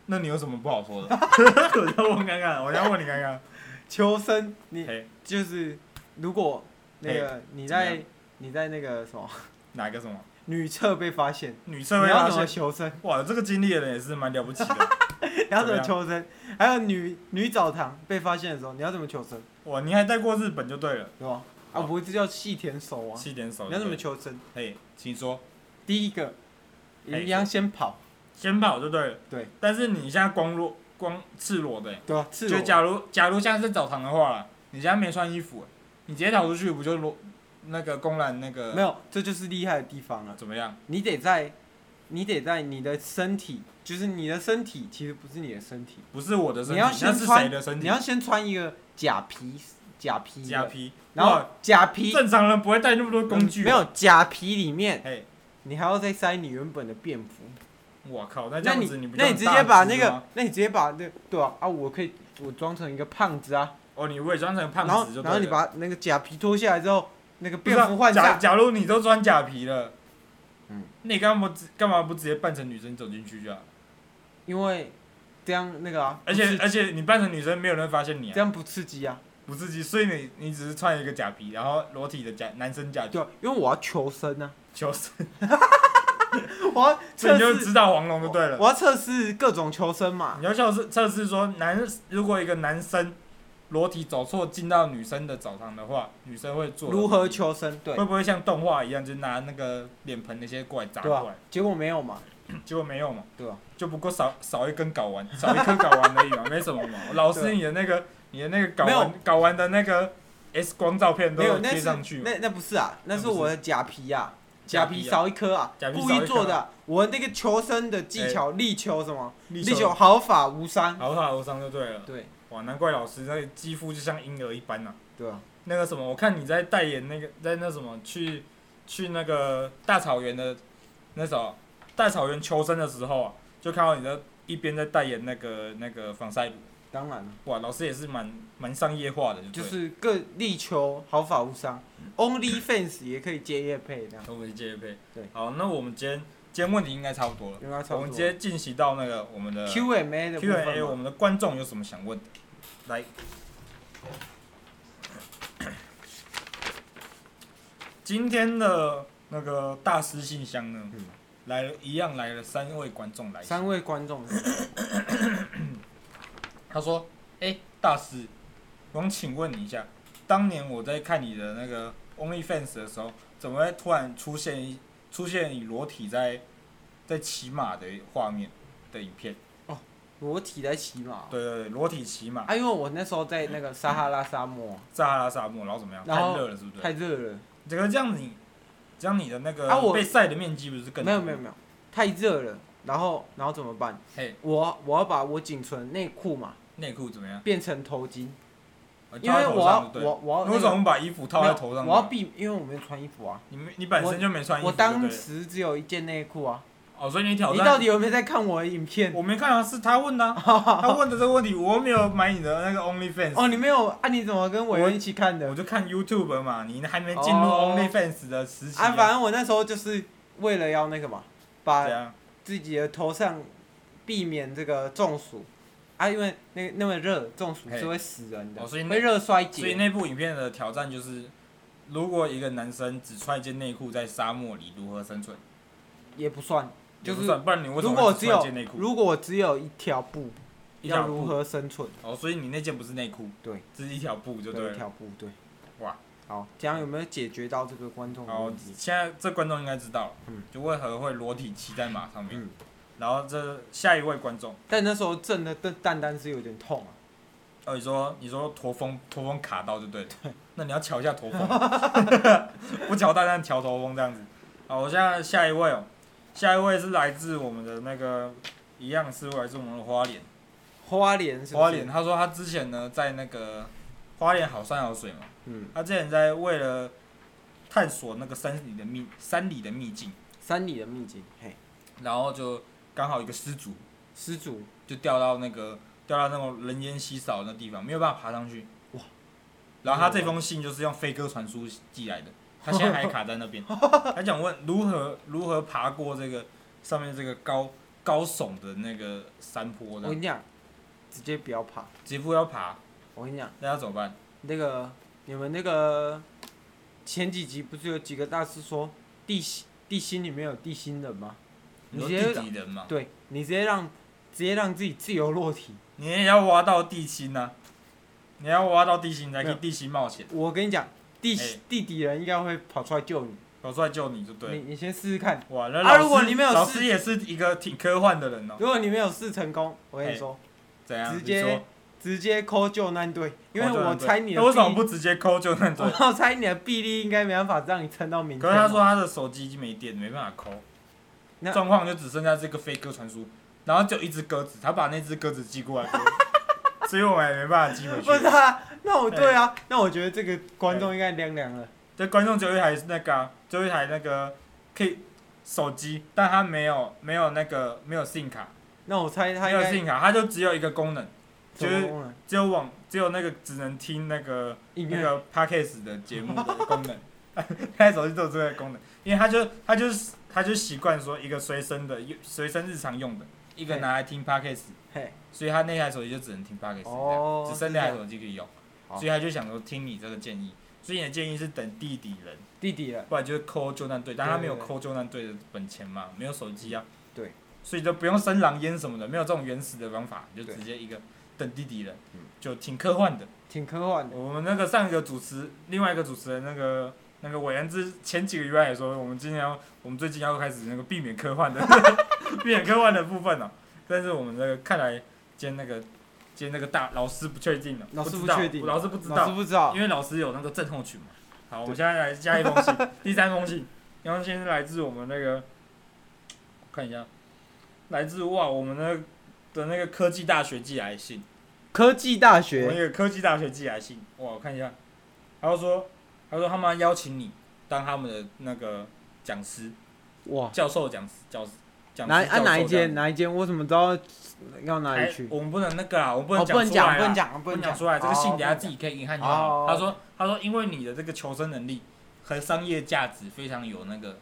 Speaker 1: 那你有什么不好 说的？我要问看看，我要问你看看。
Speaker 2: 求生，你
Speaker 1: 嘿，
Speaker 2: 就是如果那个你
Speaker 1: 怎么
Speaker 2: 在你在那个什么
Speaker 1: 哪个什么
Speaker 2: 女厕被发现，
Speaker 1: 女社
Speaker 2: 你
Speaker 1: 会
Speaker 2: 要
Speaker 1: 发
Speaker 2: 怎么
Speaker 1: 现？
Speaker 2: 求生？
Speaker 1: 哇，这个经历的人也是蛮了不起的。
Speaker 2: 你 要怎
Speaker 1: 怎么
Speaker 2: 么
Speaker 1: 样
Speaker 2: 求生？还有女女澡堂被发现的时候，你要怎么求生？
Speaker 1: 哇，你还带过日本就对了，
Speaker 2: 对吧？啊，不，这叫细田守啊！
Speaker 1: 七点手。
Speaker 2: 你要怎么？求生？
Speaker 1: 嘿，请说，
Speaker 2: 第一个，
Speaker 1: 嘿
Speaker 2: 一定要先跑，
Speaker 1: 先跑就对了。
Speaker 2: 对。
Speaker 1: 但是你现在光裸光赤裸的欸，
Speaker 2: 对吧？啊赤
Speaker 1: 就
Speaker 2: 裸
Speaker 1: 假如假如像是澡堂的话啦，你现在没穿衣服欸，你直接逃出去不就裸那个公然那个
Speaker 2: 没有，这就是厉害的地方了。
Speaker 1: 怎么样？
Speaker 2: 你得在，你得在你的身体，就是你的身体其实不是你的身体，
Speaker 1: 不是我的身
Speaker 2: 你
Speaker 1: 体，
Speaker 2: 要
Speaker 1: 那
Speaker 2: 先
Speaker 1: 是
Speaker 2: 穿
Speaker 1: 谁的身
Speaker 2: 你
Speaker 1: 体？
Speaker 2: 要先穿一个假皮，假皮的，
Speaker 1: 假皮，
Speaker 2: 然后
Speaker 1: 哇
Speaker 2: 假皮
Speaker 1: 正常人不会带那么多工具。
Speaker 2: 没有假皮里面，
Speaker 1: 嘿，
Speaker 2: 你还要再塞你原本的便服。
Speaker 1: 我靠，那这
Speaker 2: 那
Speaker 1: 样
Speaker 2: 你
Speaker 1: 子不就
Speaker 2: 那
Speaker 1: 很
Speaker 2: 你直
Speaker 1: 大
Speaker 2: 接把
Speaker 1: 只
Speaker 2: 那个
Speaker 1: 吗，
Speaker 2: 那你直接把那对啊啊，我可以我装成一个胖子啊，
Speaker 1: 哦，你伪装成
Speaker 2: 然后
Speaker 1: 胖子就
Speaker 2: 然后
Speaker 1: 对了。
Speaker 2: 你把那个假皮脱下来之后，那个
Speaker 1: 不是啊
Speaker 2: 便服换
Speaker 1: 假
Speaker 2: 上，
Speaker 1: 假如你都穿假皮了，
Speaker 2: 嗯，
Speaker 1: 那你干嘛不直干嘛不直接扮成女生走进去就好？
Speaker 2: 因为这样那个啊，
Speaker 1: 而
Speaker 2: 不
Speaker 1: 且
Speaker 2: 刺
Speaker 1: 而且你扮成女生，没有人会发现你
Speaker 2: 这
Speaker 1: 啊，
Speaker 2: 样不刺激啊，
Speaker 1: 不刺激。所以你你只是穿一个假皮，然后裸体的假男生假
Speaker 2: 对啊，因为我要求 生啊，
Speaker 1: 求生，
Speaker 2: 我要
Speaker 1: 所以
Speaker 2: 测
Speaker 1: 你就
Speaker 2: 试，
Speaker 1: 知道黄龙就对了。
Speaker 2: 我要测试各种求生嘛，
Speaker 1: 你要测试测试说男如果一个男生裸体走错进到女生的澡堂的话，女生会做
Speaker 2: 如何？求生？对
Speaker 1: 会不会像动画一样，就拿那个脸盆那些过来砸
Speaker 2: 对
Speaker 1: 过来
Speaker 2: 吧？？结果没有嘛，
Speaker 1: 结果没有嘛，
Speaker 2: 对吧？啊
Speaker 1: 就不过少少一根睾丸，少一颗睾丸而已嘛，没什么嘛。老师，
Speaker 2: 对
Speaker 1: 你的那个你的那个睾
Speaker 2: 没有
Speaker 1: 丸睾丸的那个 S 光照片都
Speaker 2: 没有，那
Speaker 1: 贴
Speaker 2: 是
Speaker 1: 上去嘛，
Speaker 2: 那那不是啊，那
Speaker 1: 那
Speaker 2: 是
Speaker 1: 不是
Speaker 2: 我的假皮啊，
Speaker 1: 假
Speaker 2: 假
Speaker 1: 皮啊
Speaker 2: 皮少一颗啊
Speaker 1: 假，皮
Speaker 2: 故
Speaker 1: 少一颗啊哎
Speaker 2: 意做的啊。我那个求生的技巧，力求什么？
Speaker 1: 力
Speaker 2: 力求毫发无伤。
Speaker 1: 毫发无伤就对了。
Speaker 2: 对
Speaker 1: 哇，难怪老师那肌肤就像婴儿一般呐、
Speaker 2: 对啊，
Speaker 1: 那个什么，我看你在代言那个，在那什么去去那个大草原的那时候，大草原求生的时候啊，就看到你在一边在代言那个那个防晒乳。
Speaker 2: 当然了，
Speaker 1: 哇，老师也是蛮蛮商业化的，
Speaker 2: 就
Speaker 1: 对了
Speaker 2: 是各力求毫发无伤。Only Fans 也可以接业配这样，
Speaker 1: 都不是接配。
Speaker 2: 对，
Speaker 1: 好，那我们今天今天问题应该差不多了，
Speaker 2: 应该差
Speaker 1: 我
Speaker 2: 不
Speaker 1: 们直
Speaker 2: 多。
Speaker 1: 接进行到那个我们的
Speaker 2: Q&A 的部分
Speaker 1: Q&A，我
Speaker 2: 嘛，
Speaker 1: 们的观众有什么想问的？来， 今天的那个大师信箱呢，
Speaker 2: 嗯
Speaker 1: 来了一样来了三位观众来信，
Speaker 2: 三位 观众，
Speaker 1: 他说：“哎、大师，我想请问你一下，当年我在看你的那个 OnlyFans 的时候，怎么会突然出现一出现你裸体在在骑马的画面的影片？
Speaker 2: 裸体在骑马。
Speaker 1: 对对对，裸体骑马，
Speaker 2: 哦啊，因为我那时候在那个撒哈拉沙漠，
Speaker 1: 撒哈拉沙漠，然后怎么样？太
Speaker 2: 然后
Speaker 1: 热了是不是？
Speaker 2: 太热了。
Speaker 1: 这个这样子你，这样你的那
Speaker 2: 啊
Speaker 1: 个
Speaker 2: 我
Speaker 1: 被晒的面积不是更
Speaker 2: 没有没有没有，太热了。然后然后怎么办？
Speaker 1: 嘿
Speaker 2: 我我要把我仅存内裤嘛
Speaker 1: 内裤怎么样？
Speaker 2: 变成头巾，
Speaker 1: 呃
Speaker 2: 因
Speaker 1: 套
Speaker 2: 为
Speaker 1: 在头
Speaker 2: 我要
Speaker 1: 上就对了
Speaker 2: 我我要
Speaker 1: 你
Speaker 2: 那
Speaker 1: 为什
Speaker 2: 个
Speaker 1: 么不把衣服套在头上呢？
Speaker 2: 没有我要避，因为我没有穿衣服啊。
Speaker 1: 你没你本身就没穿衣服
Speaker 2: 我
Speaker 1: 就对了，
Speaker 2: 当时只有一件内裤啊。
Speaker 1: 哦，所以你挑
Speaker 2: 你到
Speaker 1: 战
Speaker 2: 底有没有在看我的影片？
Speaker 1: 我没看啊，是他问 的啊，他问的这个问题，我又没有买你的那个
Speaker 2: 哦，
Speaker 1: OnlyFans，
Speaker 2: 你没有啊？你怎么跟伟
Speaker 1: 我
Speaker 2: 人一起看的
Speaker 1: 我？就看 YouTube 嘛，你还没进入
Speaker 2: 哦
Speaker 1: OnlyFans 的时期
Speaker 2: 啊，反正我那时候就是为了要那个嘛，把
Speaker 1: 这样
Speaker 2: 自己的头上避免这个中暑啊，因为那那么热，中暑
Speaker 1: 嘿
Speaker 2: 是会死人的，
Speaker 1: 哦所以那
Speaker 2: 会热衰
Speaker 1: 所以
Speaker 2: 竭。
Speaker 1: 那部影片的挑战就是，如果一个男生只穿一件内裤在沙漠里如何生存，
Speaker 2: 也不算，
Speaker 1: 也
Speaker 2: 就
Speaker 1: 不
Speaker 2: 是
Speaker 1: 算不然你为什
Speaker 2: 如
Speaker 1: 么
Speaker 2: 果我
Speaker 1: 会只
Speaker 2: 只
Speaker 1: 穿一
Speaker 2: 有
Speaker 1: 件内裤？
Speaker 2: 如果我只有一条布，
Speaker 1: 一
Speaker 2: 要
Speaker 1: 条
Speaker 2: 如
Speaker 1: 布
Speaker 2: 何生存？
Speaker 1: 哦，所以你那件不是内裤，
Speaker 2: 对，
Speaker 1: 是一条布就对
Speaker 2: 有一
Speaker 1: 了。
Speaker 2: 条布，对。
Speaker 1: 哇，
Speaker 2: 好，这样有没有解决到这个观众的
Speaker 1: 好
Speaker 2: 问，题？
Speaker 1: 现在这观众应该知道了，
Speaker 2: 嗯
Speaker 1: 就为何会裸体骑在马上面。
Speaker 2: 嗯
Speaker 1: 然后这下一位观众，
Speaker 2: 但那时候震的蛋蛋蛋是有点痛啊，
Speaker 1: 哦，你说你说驼峰驼峰卡到就对了，那你要瞧一下驼峰 啊，不瞧大但瞧驼峰这样子。好，我现在下一位哦，下一位是来自我们的那个，一样是来自我们的花莲，
Speaker 2: 花莲是不是
Speaker 1: 花莲，，他说他之前呢在那个花莲好山好水嘛，
Speaker 2: 嗯，
Speaker 1: 他之前在为了探索那个山里的秘山里的秘境，
Speaker 2: 山里的秘境，嘿，
Speaker 1: 然后就刚好一个失足，
Speaker 2: 失主
Speaker 1: 就掉到那个掉到那种人烟稀少的地方，没有办法爬上去。
Speaker 2: 哇！
Speaker 1: 然后他这封信就是用飞鸽传书寄来的， 他现在还卡在那边。他想问如何如何爬过这个上面这个高高耸的那个山坡
Speaker 2: 我
Speaker 1: 的
Speaker 2: 跟，你讲，直接不要爬。
Speaker 1: 几乎要爬，
Speaker 2: 我跟你讲，
Speaker 1: 那要怎么办？
Speaker 2: 那个你们那个前几集不是有几个大师说地心地心里面有地心人吗？
Speaker 1: 你
Speaker 2: 你
Speaker 1: 说
Speaker 2: 直接
Speaker 1: 地底人嘛，
Speaker 2: 对你直接让直接让自己自由落体。
Speaker 1: 你也要挖到地心呐、你要挖到地心才可
Speaker 2: 没
Speaker 1: 以
Speaker 2: 有
Speaker 1: 地心冒险，
Speaker 2: 我跟你讲，地、
Speaker 1: 哎
Speaker 2: 地底人应该会跑出来救你。
Speaker 1: 我出来救你就对了。
Speaker 2: 你你先试试看，
Speaker 1: 哇，那老
Speaker 2: 啊如果
Speaker 1: 师
Speaker 2: 你没有
Speaker 1: 老
Speaker 2: 试
Speaker 1: 师也是一个挺科幻的人哦、
Speaker 2: 如果你没有试成功，我跟你说，
Speaker 1: 怎样？
Speaker 2: 直
Speaker 1: 你说哦
Speaker 2: 接直接 call 救难队，因为
Speaker 1: 扣救
Speaker 2: 我
Speaker 1: 难队
Speaker 2: 猜你的
Speaker 1: 啊
Speaker 2: 哦
Speaker 1: 那为什哎么
Speaker 2: 臂
Speaker 1: 不直接扣救难队？
Speaker 2: 我猜你的臂力应该没办法让你撑到明 天。
Speaker 1: 可是他说他的手机已经没电，没办法扣。
Speaker 2: 那
Speaker 1: 状况就只剩下这个飞鸽传书，然后就一只鸽子，他把那只鸽子寄过来给我，所以我们也没办法寄回
Speaker 2: 不是
Speaker 1: 去。
Speaker 2: 啊， 那我对
Speaker 1: 哎
Speaker 2: 啊，那我觉得这个观众应该凉凉了。
Speaker 1: 这观众只有一台那个、啊，只有一台那个可以手机，但他没有没有那个没有 SIM 卡，
Speaker 2: 那我猜他
Speaker 1: 没
Speaker 2: 应
Speaker 1: 有
Speaker 2: 该
Speaker 1: SIM 卡，他就只有一个功能，
Speaker 2: 怎么弄了
Speaker 1: 只有网只有那个只能听那个
Speaker 2: 音
Speaker 1: 那
Speaker 2: 乐
Speaker 1: 个 podcast 的节目的功能， 他的手机都有这个功能，因为他就他就是他就习惯说一个随身的随身日常用的，一个
Speaker 2: 嘿
Speaker 1: 拿来听 podcast，
Speaker 2: 嘿，
Speaker 1: 所以他那台手机就只能听 podcast，、
Speaker 2: 哦
Speaker 1: 只剩
Speaker 2: 是
Speaker 1: 那
Speaker 2: 这
Speaker 1: 台
Speaker 2: 样
Speaker 1: 手机可以用，
Speaker 2: 好
Speaker 1: 所以他就想说听你这个建议，所以你的建议是等地底人，
Speaker 2: 弟弟了，
Speaker 1: 不然就是扣救难队，但他没有
Speaker 2: 对对对嗯
Speaker 1: 扣救难队的本钱嘛，没有手机啊，
Speaker 2: 对，
Speaker 1: 所以就不用生狼烟什么的，没有这种原始的方法，就
Speaker 2: 对
Speaker 1: 直接一个等地底人
Speaker 2: 嗯，
Speaker 1: 就挺科幻的。
Speaker 2: 挺科幻的。
Speaker 1: 我们那个上一个主持，另外一个主持人那个那个伟恩之前几个礼拜也说，我们今天要我们最近要开始那个避免科幻的 避免科幻的部分哦。但是我们那个看来兼那个兼那个大老师不确定了，
Speaker 2: 老师
Speaker 1: 不
Speaker 2: 不
Speaker 1: 知道
Speaker 2: 确定
Speaker 1: 老师不知
Speaker 2: 老师
Speaker 1: 道，
Speaker 2: 不知道
Speaker 1: 因，为老师有那个阵痛曲嘛。好，我们现在来下一封信， 第三封信，然后先是来自我们那个，我看一下，来自哇我们那的那个科技大学寄来的信。
Speaker 2: 科技大
Speaker 1: 我们
Speaker 2: 学
Speaker 1: 有科技大学寄来信，哇，我看一下，他就说，他说他们邀请你当他们的那个讲师、
Speaker 2: 哇，
Speaker 1: 教授、讲师、教师、讲师
Speaker 2: 哪啊
Speaker 1: 教授
Speaker 2: 哪一
Speaker 1: 这样
Speaker 2: 间哪一间？我怎么知道要哪里
Speaker 1: 哎
Speaker 2: 去？
Speaker 1: 我们不能那个啊，我们不
Speaker 2: 哦，
Speaker 1: 能
Speaker 2: 不能
Speaker 1: 出来
Speaker 2: 讲，
Speaker 1: 啊
Speaker 2: 不能，讲，
Speaker 1: 不能
Speaker 2: 能讲
Speaker 1: 讲出来。这个信等下自
Speaker 2: 己。
Speaker 1: 己可以看就好。
Speaker 2: 哦
Speaker 1: 他说，他说，因为你的这个求生能力和商业价值非常有那个，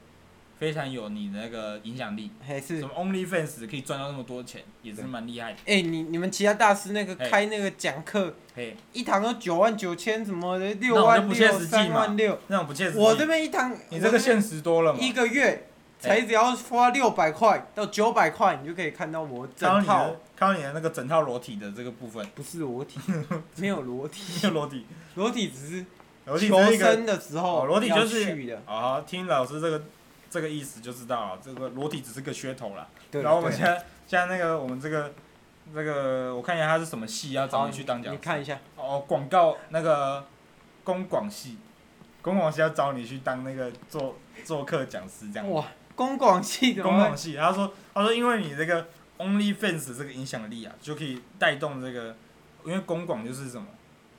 Speaker 1: 非常有你的那个影响力。
Speaker 2: 还是
Speaker 1: 什么 OnlyFans 可以赚到那么多钱，也是
Speaker 2: 对
Speaker 1: 蛮厉害的。
Speaker 2: 哎，你你们其他大师那个
Speaker 1: 哎
Speaker 2: 开那个讲课，
Speaker 1: 嘿，
Speaker 2: 一堂都九万九千什么的，
Speaker 1: 那
Speaker 2: 六
Speaker 1: 我就
Speaker 2: 万
Speaker 1: 不切
Speaker 2: 六、
Speaker 1: 实际嘛
Speaker 2: 三万六，
Speaker 1: 那种不切实际。
Speaker 2: 我这边一堂，
Speaker 1: 你这个现实多了嘛？哎
Speaker 2: 一个月才只要花六百块到九百块，你就可以看到我
Speaker 1: 看到
Speaker 2: 整
Speaker 1: 你的
Speaker 2: 套。
Speaker 1: 看到你的那个整套裸体的这个部分，
Speaker 2: 不是裸体，没有裸体，
Speaker 1: 没有裸体，
Speaker 2: 裸体只是
Speaker 1: 裸体
Speaker 2: 求
Speaker 1: 只是一个
Speaker 2: 生的时
Speaker 1: 哦
Speaker 2: 候，
Speaker 1: 裸体就是
Speaker 2: 的。
Speaker 1: 啊、听老师这个这啊个意思就知道了，这个裸体只是个噱头啦。
Speaker 2: 对，
Speaker 1: 然后我们
Speaker 2: 对
Speaker 1: 现在现在那个我们这个那个我看一下他是什么系，要找
Speaker 2: 好，
Speaker 1: 你去当讲
Speaker 2: 你
Speaker 1: 师。
Speaker 2: 看一下，
Speaker 1: 哦，广告那个公广系，公广系要找你去当那个做做客讲师这样。
Speaker 2: 哇，
Speaker 3: 公广系的
Speaker 1: 公
Speaker 3: 吗
Speaker 1: 广？系，他说他说因为你这个 OnlyFans 这个影响力啊，就可以带动这个，因为公广就是什么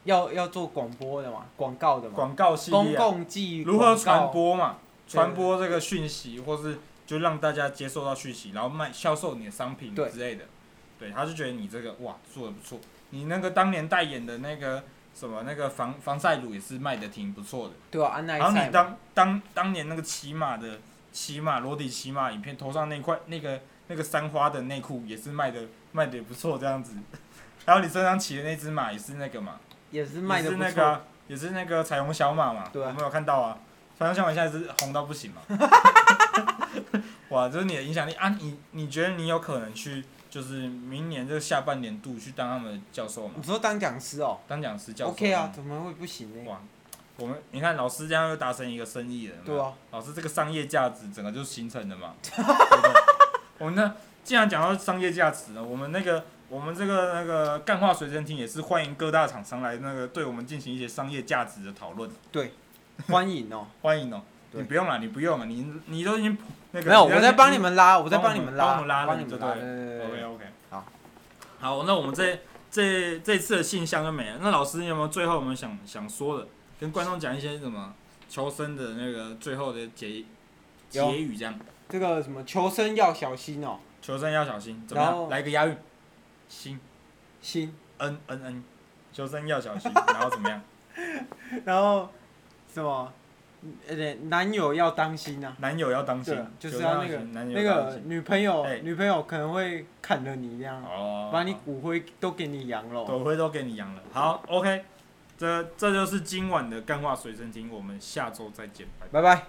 Speaker 2: 要要做广播的嘛，广告的嘛，
Speaker 1: 广告系
Speaker 2: 公
Speaker 1: 列、啊，
Speaker 2: 共记
Speaker 1: 如何传播嘛，
Speaker 2: 对
Speaker 1: 传播这个讯息，或是就让大家接受到讯息，然后卖销售你的商品
Speaker 2: 对
Speaker 1: 之类的。对，他就觉得你这个哇做的不错，你那个当年代言的那个什么那个防防晒乳也是卖的挺不错的。
Speaker 2: 对啊吧？安耐
Speaker 1: 然后
Speaker 2: 赛
Speaker 1: 你当当当年那个骑马的骑马裸体骑马影片，头上那块那个那个三花的内裤也是卖的卖的也不错这样子，然后你身上骑的那只马也是那个嘛，
Speaker 2: 也是卖的
Speaker 1: 也是
Speaker 2: 不
Speaker 1: 那个
Speaker 2: 错，
Speaker 1: 啊也是那个彩虹小马嘛，
Speaker 2: 对啊
Speaker 1: 我没有看到啊，彩虹小马现在是红到不行嘛， 哇，这是你的影响力啊！你你觉得你有可能去就是明年这个下半年度去当他们的教授嘛
Speaker 2: 你，说当讲师哦
Speaker 1: 当讲师教授
Speaker 2: ，OK 啊，
Speaker 1: 这样子，
Speaker 2: 怎么会不行呢？
Speaker 1: 哇，我们你看老师这样又达成一个生意了，有没有
Speaker 2: 对啊，
Speaker 1: 老师，这个商业价值整个就形成了 嘛？对不对我们呢，既然讲到商业价值呢，我们那个我们这个那个干化随身听也是欢迎各大厂商来那个对我们进行一些商业价值的讨论，
Speaker 2: 欢 迎哦，
Speaker 1: 欢迎哦。
Speaker 2: 对
Speaker 1: 你不用了，你不用了，你你都已经那个
Speaker 2: 没有，我在帮你
Speaker 1: 们。
Speaker 2: 们拉，我在
Speaker 1: 帮我
Speaker 2: 帮
Speaker 1: 们
Speaker 2: 你们
Speaker 1: 帮我
Speaker 2: 拉，
Speaker 1: 们拉
Speaker 2: 帮
Speaker 1: 人
Speaker 2: 你们
Speaker 1: 就
Speaker 2: 拉，
Speaker 1: 对
Speaker 2: 对
Speaker 1: 了哦
Speaker 2: 对对
Speaker 1: OK
Speaker 2: 对，
Speaker 1: OK，
Speaker 2: 好，
Speaker 1: 好，那我们这这这次的信箱就没了。那老师，你有没有最后我们想想说的，跟观众讲一些什么求生的那个最后的结
Speaker 2: 有
Speaker 1: 结语这样？
Speaker 2: 这个什么求生要小心哦，
Speaker 1: 求生要小心，怎么
Speaker 2: 然后
Speaker 1: 样？来个押韵，心
Speaker 2: 心，
Speaker 1: 恩恩恩，求生要小心，然后怎么样？
Speaker 2: 然后什么，呃，男友要当心啊，
Speaker 1: 男友要当心
Speaker 2: 对，就是
Speaker 1: 求生
Speaker 2: 要那
Speaker 1: 小
Speaker 2: 个
Speaker 1: 心男友
Speaker 2: 那
Speaker 1: 要当
Speaker 2: 个
Speaker 1: 心
Speaker 2: 女朋友
Speaker 1: 哎
Speaker 2: 女朋友可能会砍了你这样，
Speaker 1: 哦，
Speaker 2: 把你骨灰都给你养了。
Speaker 1: 狗灰都给你养了。好，OK，这这就是今晚的干话随身听，我们下周再见，拜拜。
Speaker 2: 拜拜。